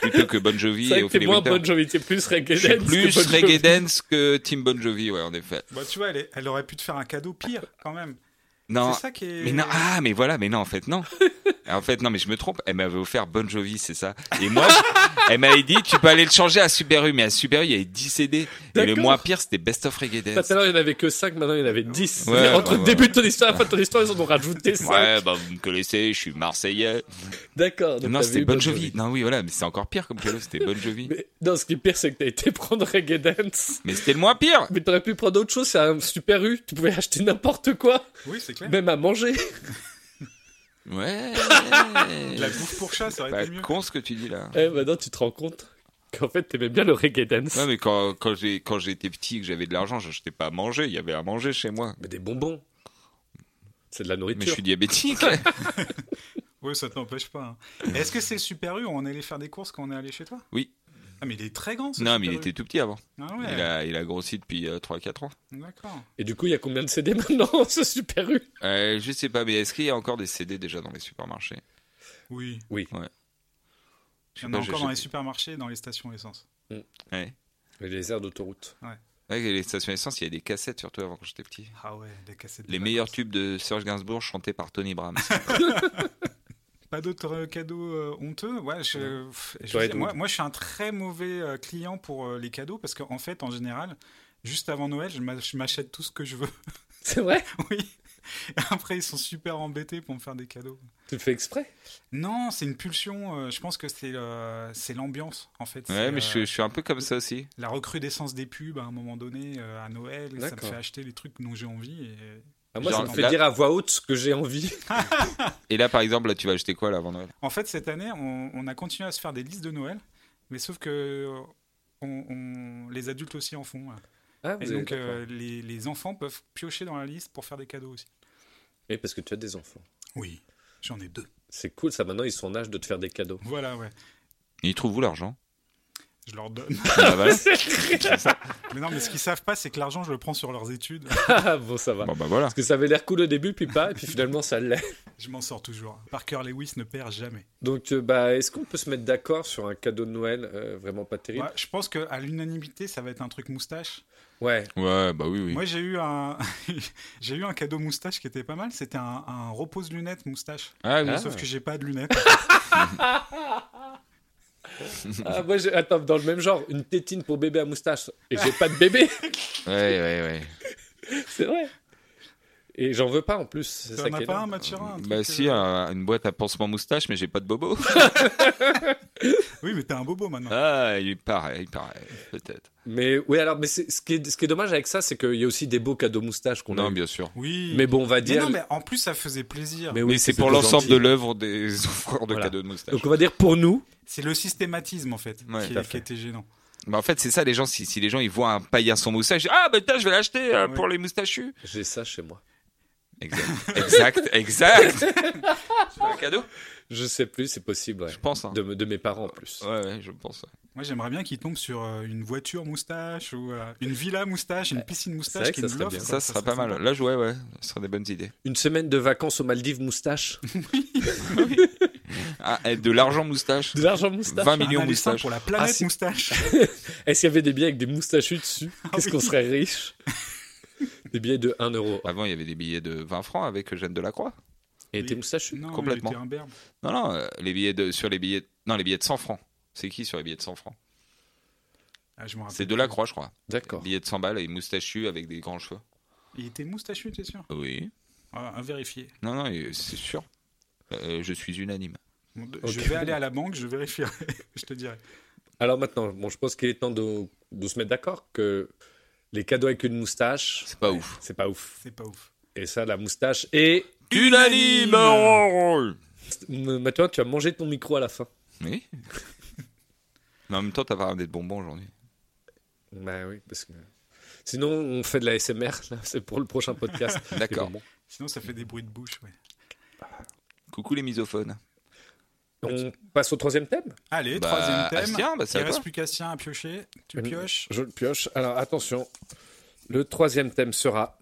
S3: Plutôt que Bon Jovi et
S4: C'est vrai que t'es
S3: Ophélie
S4: moins
S3: Winter.
S4: bonne Jovi, t'es plus reggae
S3: Je suis
S4: dance
S3: plus
S4: que Bon Jovi.
S3: reggae dance que Tim Bon Jovi, ouais, en effet.
S5: Bah, tu vois, elle, est- elle aurait pu te faire un cadeau pire quand même.
S3: Non,
S5: C'est ça qui est.
S3: mais non, ah, mais voilà, mais non, en fait,
S5: [LAUGHS]
S3: non. En fait, non, mais je me trompe. Elle m'avait offert Bon Jovi, c'est ça. Et moi, je- elle m'avait dit, tu peux aller le changer à Super U, mais à Super U, il y avait 10 CD. Et le
S4: D'accord.
S3: moins pire, c'était Best of Reggae
S4: Tout
S5: Bah,
S3: Dance.
S4: à l'heure, il n'y en avait que 5, maintenant il y en avait 10.
S3: Ouais, ouais,
S4: Entre le
S3: ouais,
S4: début de ton histoire et la fin de ton histoire, ils en ont rajouté 5.
S3: Ouais, bah, vous me connaissez, je suis Marseillais.
S4: D'accord. donc
S3: non,
S4: t'as
S3: c'était
S4: vu
S3: Bon Jovi. Non, oui, voilà, mais c'est encore pire comme cadeau, c'était Bon Jovi. Mais,
S4: Mais, non, ce qui est pire, c'est que t'as été [LAUGHS] prendre reggae dance.
S3: c'était le moins pire.
S4: Mais t'aurais pu prendre autre chose, c'est un super U. Tu pouvais acheter n'importe quoi,
S5: Oui, c'est
S3: Bah.
S5: clair.
S4: même à manger.
S3: Ouais.
S5: De la bouffe pour chat, ça aurait
S3: Pas
S5: été mieux.
S3: con ce que tu dis là.
S4: Eh, maintenant, tu te rends compte qu'en fait, t'aimais bien le reggae dance.
S3: Ouais, mais quand, quand j'ai- quand j'étais petit et que j'avais de l'argent, j'achetais pas à manger, il y avait à manger chez moi.
S4: Mais des bonbons. C'est de la
S3: Mais je
S4: nourriture.
S3: suis
S5: [LAUGHS]
S3: diabétique.
S5: Oui, ça t'empêche pas. hein. Est-ce que c'est le Super U où on est allé faire des courses quand on est allé chez toi
S3: Oui.
S5: Ah, mais il est très grand ce
S3: non,
S5: Super
S3: mais il
S5: U.
S3: était tout petit avant.
S5: Ah ouais,
S3: Il, a, il a grossi depuis 3-4 ans.
S5: d'accord.
S4: Et du coup, il y a combien de CD maintenant, [LAUGHS] ce super U
S3: Euh, je sais pas, mais est-ce qu'il y a encore des CD déjà dans les supermarchés
S5: Oui.
S3: Je
S5: Il y
S3: sais
S5: en
S3: pas,
S5: a Ah, encore dans les
S3: j'achète-
S5: supermarchés et dans les stations essence.
S3: Ouais.
S4: Et les aires d'autoroute.
S3: Ouais, et les stations essence, il y a des cassettes surtout avant quand j'étais petit.
S5: Ah ouais, des cassettes. de
S3: Les
S5: vacances.
S3: meilleurs tubes de Serge Gainsbourg chantés par Tony Brahms.
S5: Pas d'autres euh, cadeaux euh, honteux Ouais, je, pff, je
S4: Toi,
S5: sais-
S4: Edwin.
S5: moi, moi, je suis un très mauvais euh, client pour euh, les cadeaux parce qu'en fait, en général, juste avant Noël, je m'a- je m'achète tout ce que je veux. [LAUGHS]
S4: C'est vrai
S5: oui. Et après, ils sont super embêtés pour me faire des cadeaux.
S4: Tu le fais exprès
S5: Non, c'est une pulsion. euh, je pense que c'est euh, c'est l'ambiance, en fait.
S3: ouais,
S5: [LAUGHS] C'est,
S3: mais
S5: euh,
S3: je, suis- je suis un peu comme ça aussi.
S5: La recrudescence des pubs à un moment donné, euh, à Noël, ça me
S4: D'accord.
S5: fait acheter les trucs dont j'ai envie. et- euh,
S4: Ah, Moi,
S3: Genre,
S4: ça me fait
S3: là-
S4: dire à voix haute ce que j'ai envie.
S3: Et là, par exemple, là, tu vas acheter quoi là, avant Noël
S5: En fait, cette année, on, on a continué à se faire des listes de Noël, mais sauf que euh, on- on- les adultes aussi en font. ouais.
S4: Ah,
S5: Et
S4: vous avez-
S5: donc,
S4: d'accord.
S5: euh, les, les enfants peuvent piocher dans la liste pour faire des cadeaux aussi.
S4: Oui, parce que tu as des enfants.
S5: Oui, j'en ai deux. [LAUGHS]
S4: C'est cool, ça maintenant ils sont en âge de te faire des cadeaux.
S5: Voilà, ouais. [LAUGHS]
S3: Ils trouvent où l'argent
S5: je leur [LAUGHS] donne.
S3: Ah, voilà.
S5: mais non, mais ce qu'ils savent pas, c'est que l'argent, je le prends sur leurs études.
S4: Ah, bon, ça va.
S3: Bon, bah voilà.
S4: Parce que ça avait l'air cool au début, puis pas, et puis finalement ça l'est.
S5: Je m'en sors toujours. Parker Lewis ne perd jamais.
S4: Donc, euh, bah, est-ce qu'on peut se mettre d'accord sur un cadeau de Noël euh, vraiment pas terrible
S5: Ouais, je pense qu'à l'unanimité, ça va être un truc moustache.
S4: Ouais.
S3: Ouais, bah oui, oui.
S5: Moi, j'ai eu un, [LAUGHS] j'ai eu un cadeau moustache qui était pas mal. C'était un, un repose lunettes moustache.
S3: Ah oui.
S4: Ah.
S5: Sauf que j'ai pas de lunettes.
S4: Ah, moi, j'ai- attends, dans le même genre, une tétine pour bébé à moustache. Et j'ai pas de bébé,
S5: [LAUGHS]
S3: Ouais, ouais,
S4: c'est vrai. Et j'en veux pas en plus. C'est ça
S5: T'en
S4: qui
S5: as
S4: est
S5: pas un,
S4: dingue. hein.
S5: Mathurin un
S3: ouais.
S5: truc,
S3: Bah
S5: euh,
S3: si, un- une boîte à pansement moustache, mais j'ai pas de bobo.
S5: Oui, mais t'es un bobo maintenant.
S3: Ah, il paraît, il paraît, peut-être.
S4: Mais oui, alors, mais c'est- ce, qui est, ce qui est dommage avec ça, c'est qu'il y a aussi des beaux cadeaux moustache qu'on a.
S3: Non,
S4: eu.
S3: bien sûr.
S5: Oui.
S4: Mais bon, on va
S5: Mais
S4: dire.
S5: non, mais en plus, ça faisait plaisir.
S4: Mais oui,
S3: Mais c'est
S4: c'était
S3: pour l'ensemble
S4: gentil.
S3: de l'œuvre des [LAUGHS] offreurs de
S4: Voilà.
S3: cadeaux de moustache.
S4: Donc on va dire pour nous.
S5: C'est le systématisme, en fait,
S3: Ouais,
S5: qui,
S4: tout à
S5: qui
S4: fait.
S5: était gênant.
S3: Bah en fait, c'est ça, les gens, si, si les gens ils voient un paillasson moustache, ils disent, ah bah putain, je vais l'acheter euh,
S5: Ouais.
S3: pour les moustachus.
S4: J'ai ça chez moi.
S3: Exact, exact, exact. C'est un cadeau
S4: Je sais plus, c'est possible. ouais.
S3: Je pense. Hein.
S4: De, me- de mes parents en plus.
S3: Ouais, ouais, je pense. ouais.
S5: Moi, j'aimerais bien qu'il tombe sur euh, une voiture moustache ou euh, une villa moustache,
S3: Euh,
S5: une piscine
S4: vrai
S5: moustache
S4: que
S5: qui
S4: ça
S5: nous
S4: serait
S5: l'offre.
S4: bien.
S5: quoi.
S3: Ça, ce sera pas
S5: sympa.
S3: mal. Là, je- ouais, ouais, ce sera des bonnes idées.
S4: Une semaine de vacances aux Maldives moustache.
S3: Ah, et de l'argent moustache.
S4: [LAUGHS] De l'argent moustache.
S3: 20
S5: Un
S3: millions
S5: aller simple
S3: moustache.
S5: pour la
S4: Ah,
S5: planète
S3: [LAUGHS]
S4: c'est-
S5: moustache.
S4: Est-ce qu'il y avait des billets avec des moustachus dessus Qu'est-ce qu'on serait [LAUGHS] riche Des billets de 1 euro.
S3: Avant, il y avait des billets de 20 francs avec Jeanne Delacroix.
S4: Et des moustachu
S5: non,
S3: complètement.
S5: il était un berbe.
S3: Non, non, euh, les billets de, sur les billets. Non, les billets de 100 francs. C'est qui sur les billets de 100 francs
S5: Ah, je me rappelle.
S3: C'est Delacroix, je crois.
S4: D'accord.
S3: Billets de 100 balles et moustachu avec des grands cheveux.
S5: Il était moustachu, t'es sûr
S3: Oui.
S5: ah, À vérifier.
S3: Non, non, euh, c'est sûr. Euh, je suis unanime.
S5: Bon, de-
S4: Ok.
S5: Je vais aller à la banque, je vérifierai, [LAUGHS] je te dirai.
S4: Alors maintenant, bon, je pense qu'il est temps de, de se mettre d'accord que les cadeaux avec une moustache,
S3: C'est pas ouf.
S4: c'est pas ouf.
S5: C'est pas ouf.
S4: Et ça, la moustache. Et
S3: Unanime
S4: M- Mathieu, tu as mangé ton micro à la fin.
S3: Oui. [LAUGHS] Mais en même temps, t'as pas ramené de bonbons aujourd'hui.
S4: Bah oui, parce que. Sinon, on fait de la SMR, là, [LAUGHS] c'est pour le prochain podcast.
S3: [LAUGHS] D'accord.
S4: Et bon,
S5: Sinon, ça fait des bruits de bouche. ouais.
S3: Coucou les misophones.
S4: bon. On passe au troisième thème
S5: Allez,
S3: Bah,
S5: troisième thème.
S3: Astien, bah, c'est
S5: il
S3: à
S5: reste
S3: toi.
S5: plus qu'Astien à piocher. Tu pioches.
S4: Je le pioche. Alors attention, le troisième thème sera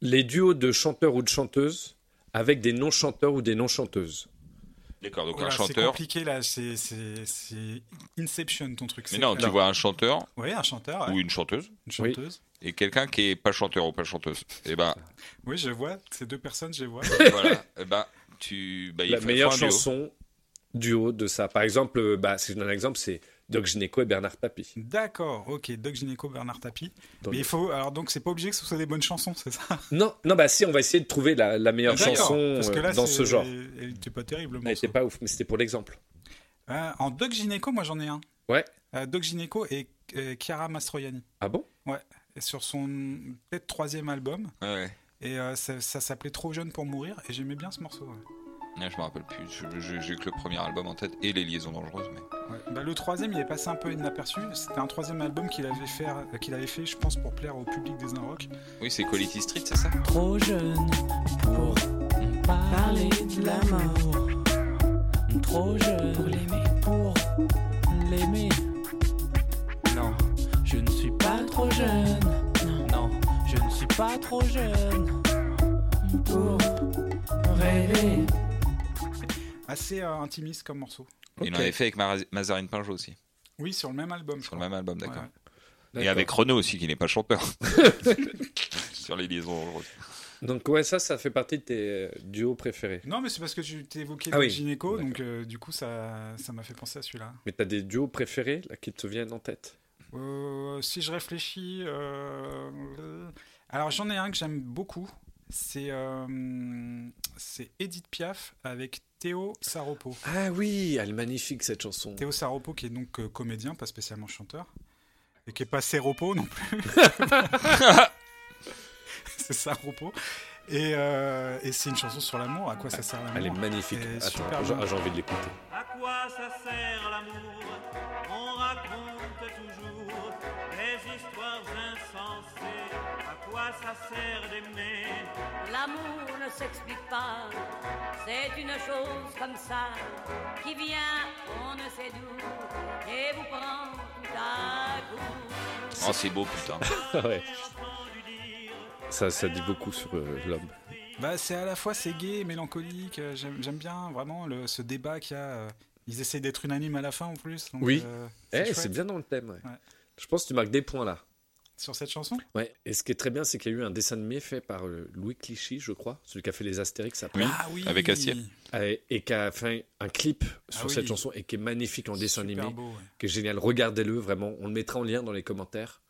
S4: les duos de chanteurs ou de chanteuses avec des non-chanteurs ou des non-chanteuses.
S3: D'accord, donc
S5: Oula,
S3: un
S5: Oh C'est
S3: chanteur.
S5: compliqué là, c'est- c'est c'est Inception ton truc.
S3: Mais non, tu vois un chanteur
S5: Oui, un chanteur, ouais,
S3: ou une chanteuse
S5: une chanteuse.
S3: et quelqu'un qui est pas chanteur ou pas chanteuse. Et ben
S5: Oui. je vois, ces deux personnes, je
S3: [LAUGHS]
S5: les vois.
S3: voilà, Eh ben tu bah, il
S4: La
S3: faut-
S4: meilleure
S3: faut un duo.
S4: chanson duo de ça. Par exemple, euh, bah, si je donne un exemple, c'est Doc Gineco et Bernard Tapie.
S5: D'accord, ok, Doc Gynéco, Bernard Tapie.
S4: Dans
S5: Mais
S4: le-
S5: il faut, alors donc c'est pas obligé que ce soit des bonnes chansons, c'est ça
S4: Non, non, bah si, on va essayer de trouver la, la meilleure
S5: Ah, D'accord,
S4: chanson
S5: parce que
S4: euh,
S5: là,
S4: dans
S5: c'est-
S4: ce genre. Ah,
S5: Elle était pas terrible. le
S4: Elle
S5: morceau.
S4: était pas ouf, mais c'était pour l'exemple.
S5: Euh, en Doc Gynéco, moi j'en ai un.
S4: Ouais.
S5: Euh, Doc Gynéco et euh, Chiara Mastroianni.
S4: Ah bon
S5: Et Sur son peut-être troisième album.
S3: Ouais, ouais.
S5: Et euh, ça, ça s'appelait Trop jeune pour mourir. Et j'aimais bien ce morceau. ouais.
S3: Ouais, je me rappelle plus. Je- je- J'ai que le premier album en tête et les liaisons dangereuses mais
S5: Ouais. Bah, le troisième, il est passé un peu inaperçu. C'était un troisième album qu'il avait, fait, euh, qu'il avait fait, je pense, pour plaire au public des Inrocks.
S3: Oui, c'est Quality Street, c'est ça
S8: Trop jeune pour parler de l'amour. Trop jeune pour l'aimer. Pour l'aimer. Non, je ne suis pas trop jeune. Non, je ne suis pas trop jeune pour rêver.
S5: Assez euh, intimiste comme morceau.
S3: Il
S4: Ok.
S3: en avait fait avec Mara- Mazarine Pinjot aussi,
S5: Oui, sur le même album. je
S3: sur le
S5: crois.
S3: même album, d'accord.
S5: Ouais,
S3: Et
S4: D'accord.
S3: avec Renaud aussi, qui n'est pas
S4: [LAUGHS]
S3: chanteur. sur les liaisons dangereuses.
S4: Donc ouais, ça, ça fait partie de tes euh, duos préférés.
S5: ouais. Non, mais c'est parce que tu t'es évoqué
S4: Ah
S5: Doc
S4: oui.
S5: Gynéco,
S4: D'accord.
S5: donc euh, du coup, ça ça m'a fait penser à celui-là.
S4: Mais t'as des duos préférés là, qui te viennent en tête
S5: Euh, si je réfléchis, euh, euh, alors j'en ai un que j'aime beaucoup. C'est euh, c'est Edith Piaf avec Théo Saropo.
S4: Ah oui, elle est magnifique cette chanson.
S5: Théo Saropo qui est donc euh, comédien, pas spécialement chanteur, et qui est pas Saropo
S4: [LAUGHS]
S5: non plus. c'est Saropo. Et, euh, et c'est une chanson sur l'amour. À quoi ça sert
S4: Elle est
S5: l'amour
S4: magnifique.
S5: Elle est
S4: Attends,
S5: euh, super
S4: j'ai-
S5: bonne.
S4: ah, j'ai envie de [LAUGHS] l'écouter.
S10: À quoi ça sert l'amour On raconte toujours des histoires insensées. À quoi ça sert d'aimer
S11: L'amour ne s'explique pas, c'est une chose comme ça qui vient on ne sait d'où et vous prend
S3: Oh, c'est beau, putain.
S4: Ah ouais. Ça, ça dit beaucoup sur euh, l'homme.
S5: Bah, c'est à la fois c'est gay, mélancolique. euh, J'aime j'aime bien vraiment le, ce débat qu'il y a. euh, Ils essayent d'être unanimes à la fin en plus. donc,
S4: Oui.
S5: euh,
S4: Eh,
S5: chouette.
S4: c'est bien dans le thème. ouais.
S5: Ouais.
S4: Je pense que tu marques des points là.
S5: Sur cette chanson
S4: Ouais. Et ce qui est très bien, c'est qu'il y a eu un dessin animé fait par euh, Louis Clichy, je crois, celui qui a fait les Astérix après. Ah,
S5: Ah oui.
S3: Avec Astier.
S4: Et, et qui a fait un clip
S5: Ah
S4: sur cette
S5: oui.
S4: chanson et qui est magnifique en dessin
S5: Super
S4: animé,
S5: beau, ouais.
S4: qui est génial. Regardez-le vraiment. On le mettra en lien dans les commentaires.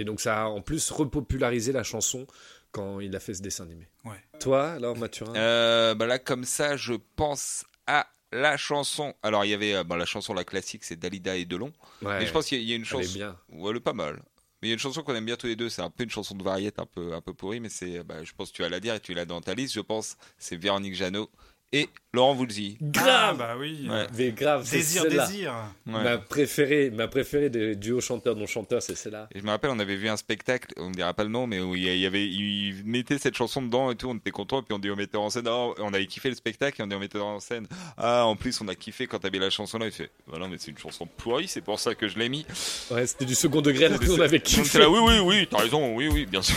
S4: Et donc ça a en plus repopularisé la chanson quand il a fait ce dessin animé.
S5: Ouais.
S4: Toi, alors Mathurin
S3: Euh, bah là, comme ça, je pense à la chanson. Alors, il y avait euh, bah, la chanson, la classique, c'est Dalida et Delon.
S4: Ouais,
S3: Mais je pense qu'il y, a- il y a une
S4: elle est
S3: chanson.
S4: bien.
S3: Ouais, elle est pas mal. Mais il y a une chanson qu'on aime bien tous les deux. C'est un peu une chanson de variété, un peu, un peu pourrie, mais c'est, bah, je pense que tu vas la dire et tu l'as dans ta liste, je pense. C'est Véronique Jeannot et Laurent Voulzy.
S5: Ah, bah oui.
S3: Ouais.
S4: Mais grave, c'est
S5: Désir,
S4: celle-là.
S5: désir.
S3: Ouais.
S4: Ma préférée, ma préférée des duos chanteurs non chanteurs, c'est celle-là.
S3: Et je me rappelle, on avait vu un spectacle, on ne dira pas le nom, mais où il y a- il y avait, il mettait cette chanson dedans et tout, on était content, et puis on dit au metteur en scène, Ah, on avait kiffé le spectacle, et on dit au metteur en scène, ah, en plus, on a kiffé quand t'avais la chanson là, il fait, voilà, mais c'est une chanson pourrie, c'est pour ça que je l'ai mis.
S4: Ouais, c'était du second degré alors qu'on avait
S3: Donc
S4: kiffé.
S3: c'est là, oui, oui, oui, t'as raison, oui, oui, bien sûr.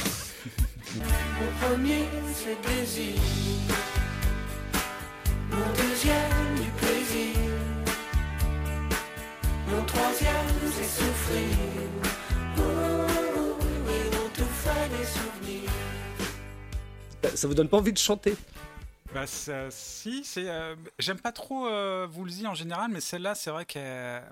S8: Mon premier, c'est le désir. Mon deuxième, du plaisir. Mon troisième, c'est souffrir. Oh, oh, oh, et on te fait des souvenirs.
S4: Ça- Ça vous donne pas envie de chanter
S5: Bah ça, si, c'est. euh, J'aime pas trop euh, Woolsey en général, mais celle-là, c'est vrai qu'elle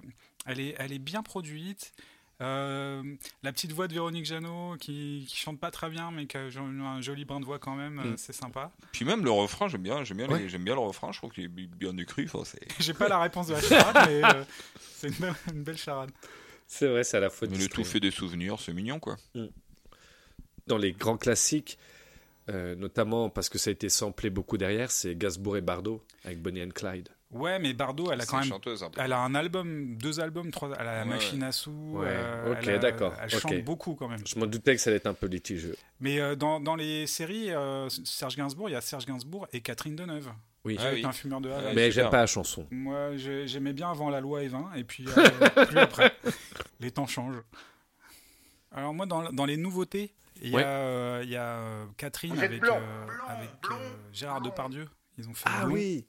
S5: elle est, elle est bien produite. Euh, la petite voix de Véronique Jeannot qui, qui chante pas très bien, mais qui a un joli brin de voix quand même, euh,
S3: Mm.
S5: c'est sympa.
S3: Puis même le refrain, j'aime bien, j'aime bien, les-
S4: Ouais.
S3: j'aime bien le refrain, je trouve qu'il est bi- bien écrit, enfin, c'est.
S5: [LAUGHS] J'ai pas la réponse de la charade, mais [LAUGHS] euh, c'est une, belle- une belle charade.
S4: C'est vrai, c'est à la fois
S3: Mais le tout
S4: distrait.
S3: fait des souvenirs, c'est mignon, quoi.
S4: dans les grands classiques, euh, notamment parce que ça a été samplé beaucoup derrière, c'est Gainsbourg et Bardot avec Bonnie and Clyde.
S5: Ouais, mais Bardot, elle a
S3: C'est
S5: quand
S3: une
S5: même.
S3: chanteuse, hein. un peu.
S5: Elle a un album, deux albums, trois. Elle a la
S3: Ouais,
S5: machine à sous.
S4: Ouais,
S5: euh,
S4: ok,
S5: elle a-
S4: d'accord,
S5: Elle
S4: ok.
S5: chante beaucoup quand même.
S4: Je m'en doutais que ça allait être un peu litigieux.
S5: Mais euh, dans, dans les séries, euh, Serge Gainsbourg, il y a Serge Gainsbourg et Catherine Deneuve.
S4: Oui.
S3: Ah oui.
S5: Avec un fumeur de
S3: Ah,
S5: Havre.
S3: oui.
S4: Mais
S3: super.
S4: j'aime pas la chanson.
S5: Moi, j'ai- j'aimais bien avant la loi Evin, et puis euh, plus après. Les temps changent. Alors moi, dans, dans les nouveautés, il y,
S4: Ouais.
S5: a, euh, il y a euh, Catherine
S1: Vous êtes
S5: avec,
S1: blanc,
S5: euh,
S1: blanc,
S5: avec
S1: blanc, Ah
S5: euh, Gérard
S1: blanc.
S5: Depardieu. Ils ont fait
S4: Ah
S5: Blond.
S4: oui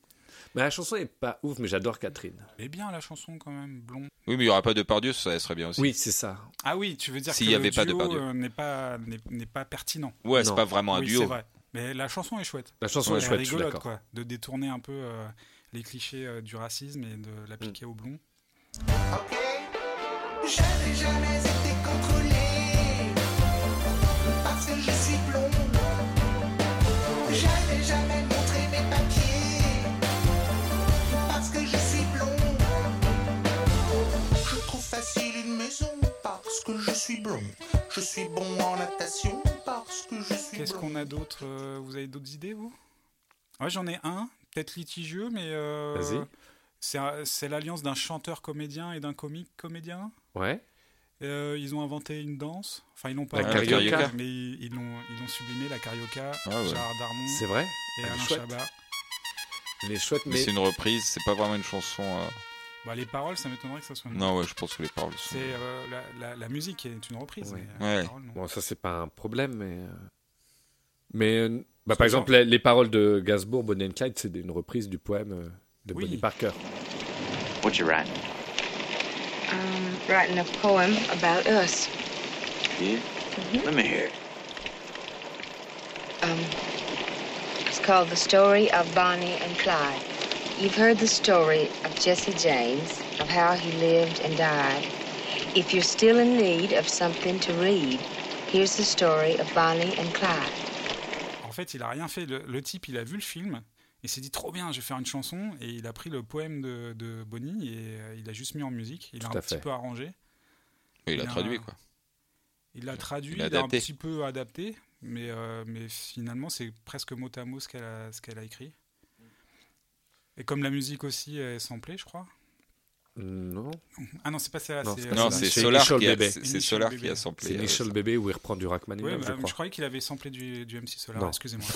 S4: Mais la chanson est pas ouf, mais j'adore Catherine.
S5: Mais bien la chanson quand même, Blond.
S3: Oui, mais il n'y aurait pas de Pardieu, ça serait bien aussi.
S4: Oui, c'est ça.
S5: Ah oui, tu veux dire
S3: S'il
S5: que
S3: y
S5: le
S3: avait pas
S5: duo,
S3: Depardieu.
S5: euh, n'est pas n'est- n'est pas pertinent.
S3: Ouais, c'est
S4: Non.
S3: pas vraiment un
S5: oui,
S3: duo.
S5: c'est vrai. Mais la chanson est chouette.
S4: La chanson est
S5: Elle
S4: chouette, je suis
S5: rigolote,
S4: d'accord.
S5: quoi, de détourner un peu euh, les clichés euh, du racisme et de l'appliquer au blond.
S12: Je n'ai jamais été contrôlé parce que je suis blond. Je n'ai jamais montré mes papiers parce que je suis blond. Je trouve facile une maison parce que je suis blond. Je suis bon en natation parce que je suis
S5: Qu'est-ce
S12: blond.
S5: qu'on a d'autre euh, Vous avez d'autres idées, vous Ouais, j'en ai un, peut-être litigieux, mais. euh,
S4: Vas-y.
S5: c'est un- C'est l'alliance d'un chanteur-comédien et d'un comique-comédien.
S4: Ouais.
S5: Euh, ils ont inventé une danse. Enfin, ils l'ont pas
S4: La
S5: inventé,
S3: carioca.
S5: Mais ils ils l'ont ils l'ont sublimé, la carioca,
S3: Ah ouais.
S5: Gérard Darmon
S4: C'est vrai
S5: et
S4: elle est
S5: Alain
S4: chouette.
S5: Chabat.
S4: Elle est chouette,
S3: Mais
S4: mais
S3: c'est une reprise, c'est pas vraiment une chanson. euh,
S5: Bah, les paroles, ça m'étonnerait que ça soit une.
S3: Non, ouais, je pense que les paroles sont.
S5: C'est euh, la, la- la musique qui est une reprise.
S4: Ouais.
S5: mais, euh, les
S3: Ouais.
S5: paroles, non.
S4: Bon, ça, c'est pas un problème, mais. euh, Mais. euh, Bah,
S5: C'est
S4: par exemple, les, les paroles de Gainsbourg, Bonnie and Clyde, c'est une reprise du poème euh, de
S5: Oui.
S4: Bonnie Parker.
S13: What you write?
S14: um, writing a poem about us. Mm-hmm.
S13: Yeah. Let me hear it.
S14: Um, it's called The Story of Bonnie and Clyde. You've heard the story of Jesse James, of how he lived and died. If you're still in need of something to read, here's the story of Bonnie and Clyde.
S5: En fait, il a rien fait. Le, le type, il a vu le film et s'est dit trop bien, je vais faire une chanson. Et il a pris le poème de, de Bonnie et euh, il l'a juste mis en musique. Il l'a
S4: Tout
S5: un
S4: à
S5: petit
S4: fait.
S5: peu arrangé.
S3: Mais il a
S5: Il a-
S3: traduit, quoi.
S5: Il l'a traduit, il
S3: l'a
S5: l'a un
S3: adapté.
S5: petit peu adapté, mais, euh, mais finalement, c'est presque mot à mot ce qu'elle a, ce qu'elle a écrit. Et comme la musique aussi est samplée, je crois.
S4: Non.
S5: Ah non, c'est pas celle-là.
S4: Non,
S5: c'est,
S4: c'est
S5: euh,
S4: pas
S3: Non,
S4: ça.
S3: c'est
S4: C'est
S3: Solar
S4: Michel
S3: qui a,
S4: Bébé.
S3: c'est-
S5: Michel
S3: c'est Solar
S5: Bébé.
S3: qui a
S4: C'est
S3: samplé. euh,
S4: Michel
S3: ça.
S4: Bébé où il reprend du
S5: Ouais,
S4: Rachmaninoff,
S5: bah,
S4: je
S5: je,
S4: crois.
S5: croyais qu'il avait samplé du, du MC Solar.
S4: Non.
S5: Excusez-moi.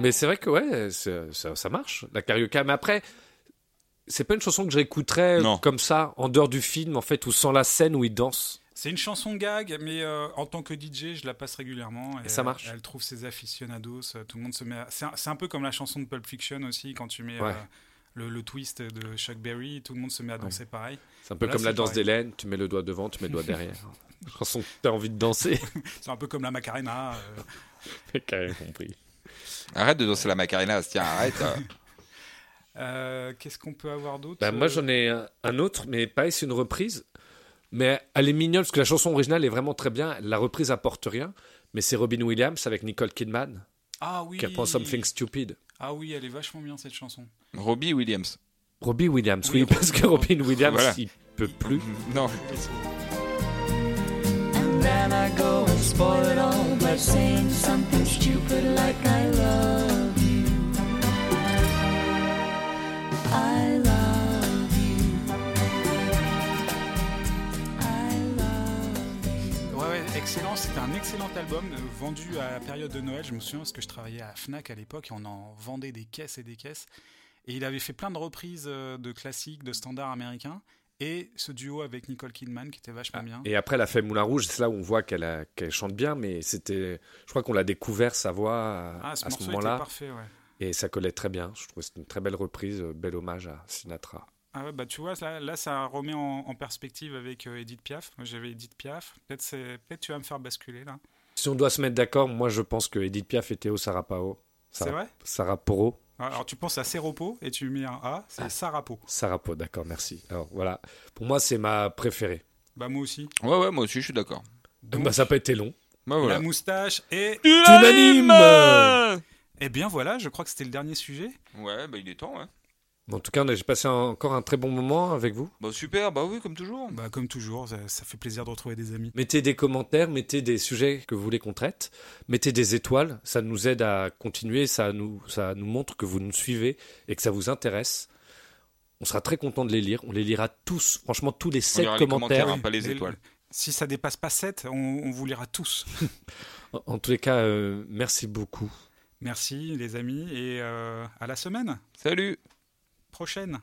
S4: Mais c'est vrai que ouais, c'est- ça, ça marche. La carioca. Mais après, c'est pas une chanson que j'écouterais
S3: Non.
S4: comme ça, en dehors du film, en fait, ou sans la scène où il danse.
S5: C'est une chanson gag, mais euh, en tant que DJ, je la passe régulièrement.
S4: Et ça marche.
S5: Elle trouve ses aficionados. euh, Tout le monde se met. à- C'est un, c'est un peu comme la chanson de Pulp Fiction aussi, quand tu mets
S4: Ouais.
S5: euh, le, le twist de Chuck Berry, tout le monde se met à danser pareil.
S4: C'est un peu
S5: Là,
S4: comme la
S5: c'est
S4: danse
S5: pareil.
S4: d'Hélène, tu mets le doigt devant, tu mets le
S5: [LAUGHS]
S4: doigt derrière. Chanson que t'as envie de [LAUGHS] danser.
S5: C'est un peu comme la Macarena. euh.
S4: Carrément compris.
S3: Arrête de danser la Macarena, tiens, arrête.
S5: [LAUGHS] Euh, Qu'est-ce qu'on peut avoir d'autre
S4: Bah, moi, j'en ai un, un autre, mais pareil, c'est une reprise. Mais elle est mignonne parce que la chanson originale est vraiment très bien. La reprise apporte rien, mais c'est Robin Williams avec Nicole Kidman
S5: Ah oui.
S4: qui apprend Something Stupid.
S5: Ah oui, elle est vachement bien cette chanson.
S3: Robbie Williams.
S4: Robbie Williams, oui, parce que Robin Williams,
S3: Voilà.
S4: il peut plus.
S3: [LAUGHS] Non.
S8: Then I go and spoil it all by saying something stupid like I love you. I love you. I love
S5: Ouais, ouais, excellent. C'était un excellent album euh, vendu à la période de Noël. Je me souviens parce que je travaillais à Fnac à l'époque et on en vendait des caisses et des caisses. Et il avait fait plein de reprises euh, de classiques, de standards américains. Et ce duo avec Nicole Kidman qui était vachement bien.
S4: Ah, Et après, elle a fait Moulin Rouge, c'est là où on voit qu'elle a- qu'elle chante bien, mais c'était, je crois qu'on l'a découvert sa voix à,
S5: Ah, ce
S4: à ce
S5: morceau était
S4: moment-là.
S5: parfait, ouais.
S4: Et ça collait très bien. Je trouve que c'est une très belle reprise, euh, bel hommage à Sinatra.
S5: Ah ouais, bah tu vois, là, là, ça remet en, en perspective avec euh, Edith Piaf. Moi j'avais Edith Piaf. Peut-être c'est- peut-être tu vas me faire basculer là.
S4: Si on doit se mettre d'accord, moi je pense que Edith Piaf était au Sarah Pao.
S5: C'est
S4: Sarah-
S5: vrai
S4: Sarah Poro.
S5: Alors tu penses à Seropo et tu mets un A,
S4: Ah.
S5: c'est Sarapo.
S4: Sarah Pao, d'accord, merci. Alors voilà, pour moi c'est ma préférée.
S5: Bah moi aussi.
S3: Ouais, ouais, moi aussi, je suis d'accord.
S5: Donc-
S4: Bah, ça peut être long.
S3: Bah, voilà.
S5: La moustache et
S4: Unanime Unanime
S5: Eh bien voilà, je crois que c'était le dernier sujet.
S3: Ouais, bah il est temps, ouais.
S4: En tout cas, on a- j'ai passé un- encore un très bon moment avec vous.
S3: Bah super, bah oui, comme toujours.
S5: Bah comme toujours, ça, ça fait plaisir de retrouver des amis.
S4: Mettez des commentaires, mettez des sujets que vous voulez qu'on traite, mettez des étoiles, ça nous aide à continuer, ça nous, ça nous montre que vous nous suivez et que ça vous intéresse. On sera très content de les lire, on les lira tous, franchement tous les sept
S3: lira les
S4: commentaires.
S3: commentaires, hein, pas les étoiles.
S5: Si ça dépasse pas 7, on, on vous lira tous.
S4: En, en tous les cas, euh, merci beaucoup.
S5: Merci les amis et euh, à la semaine
S3: Salut
S5: prochaine.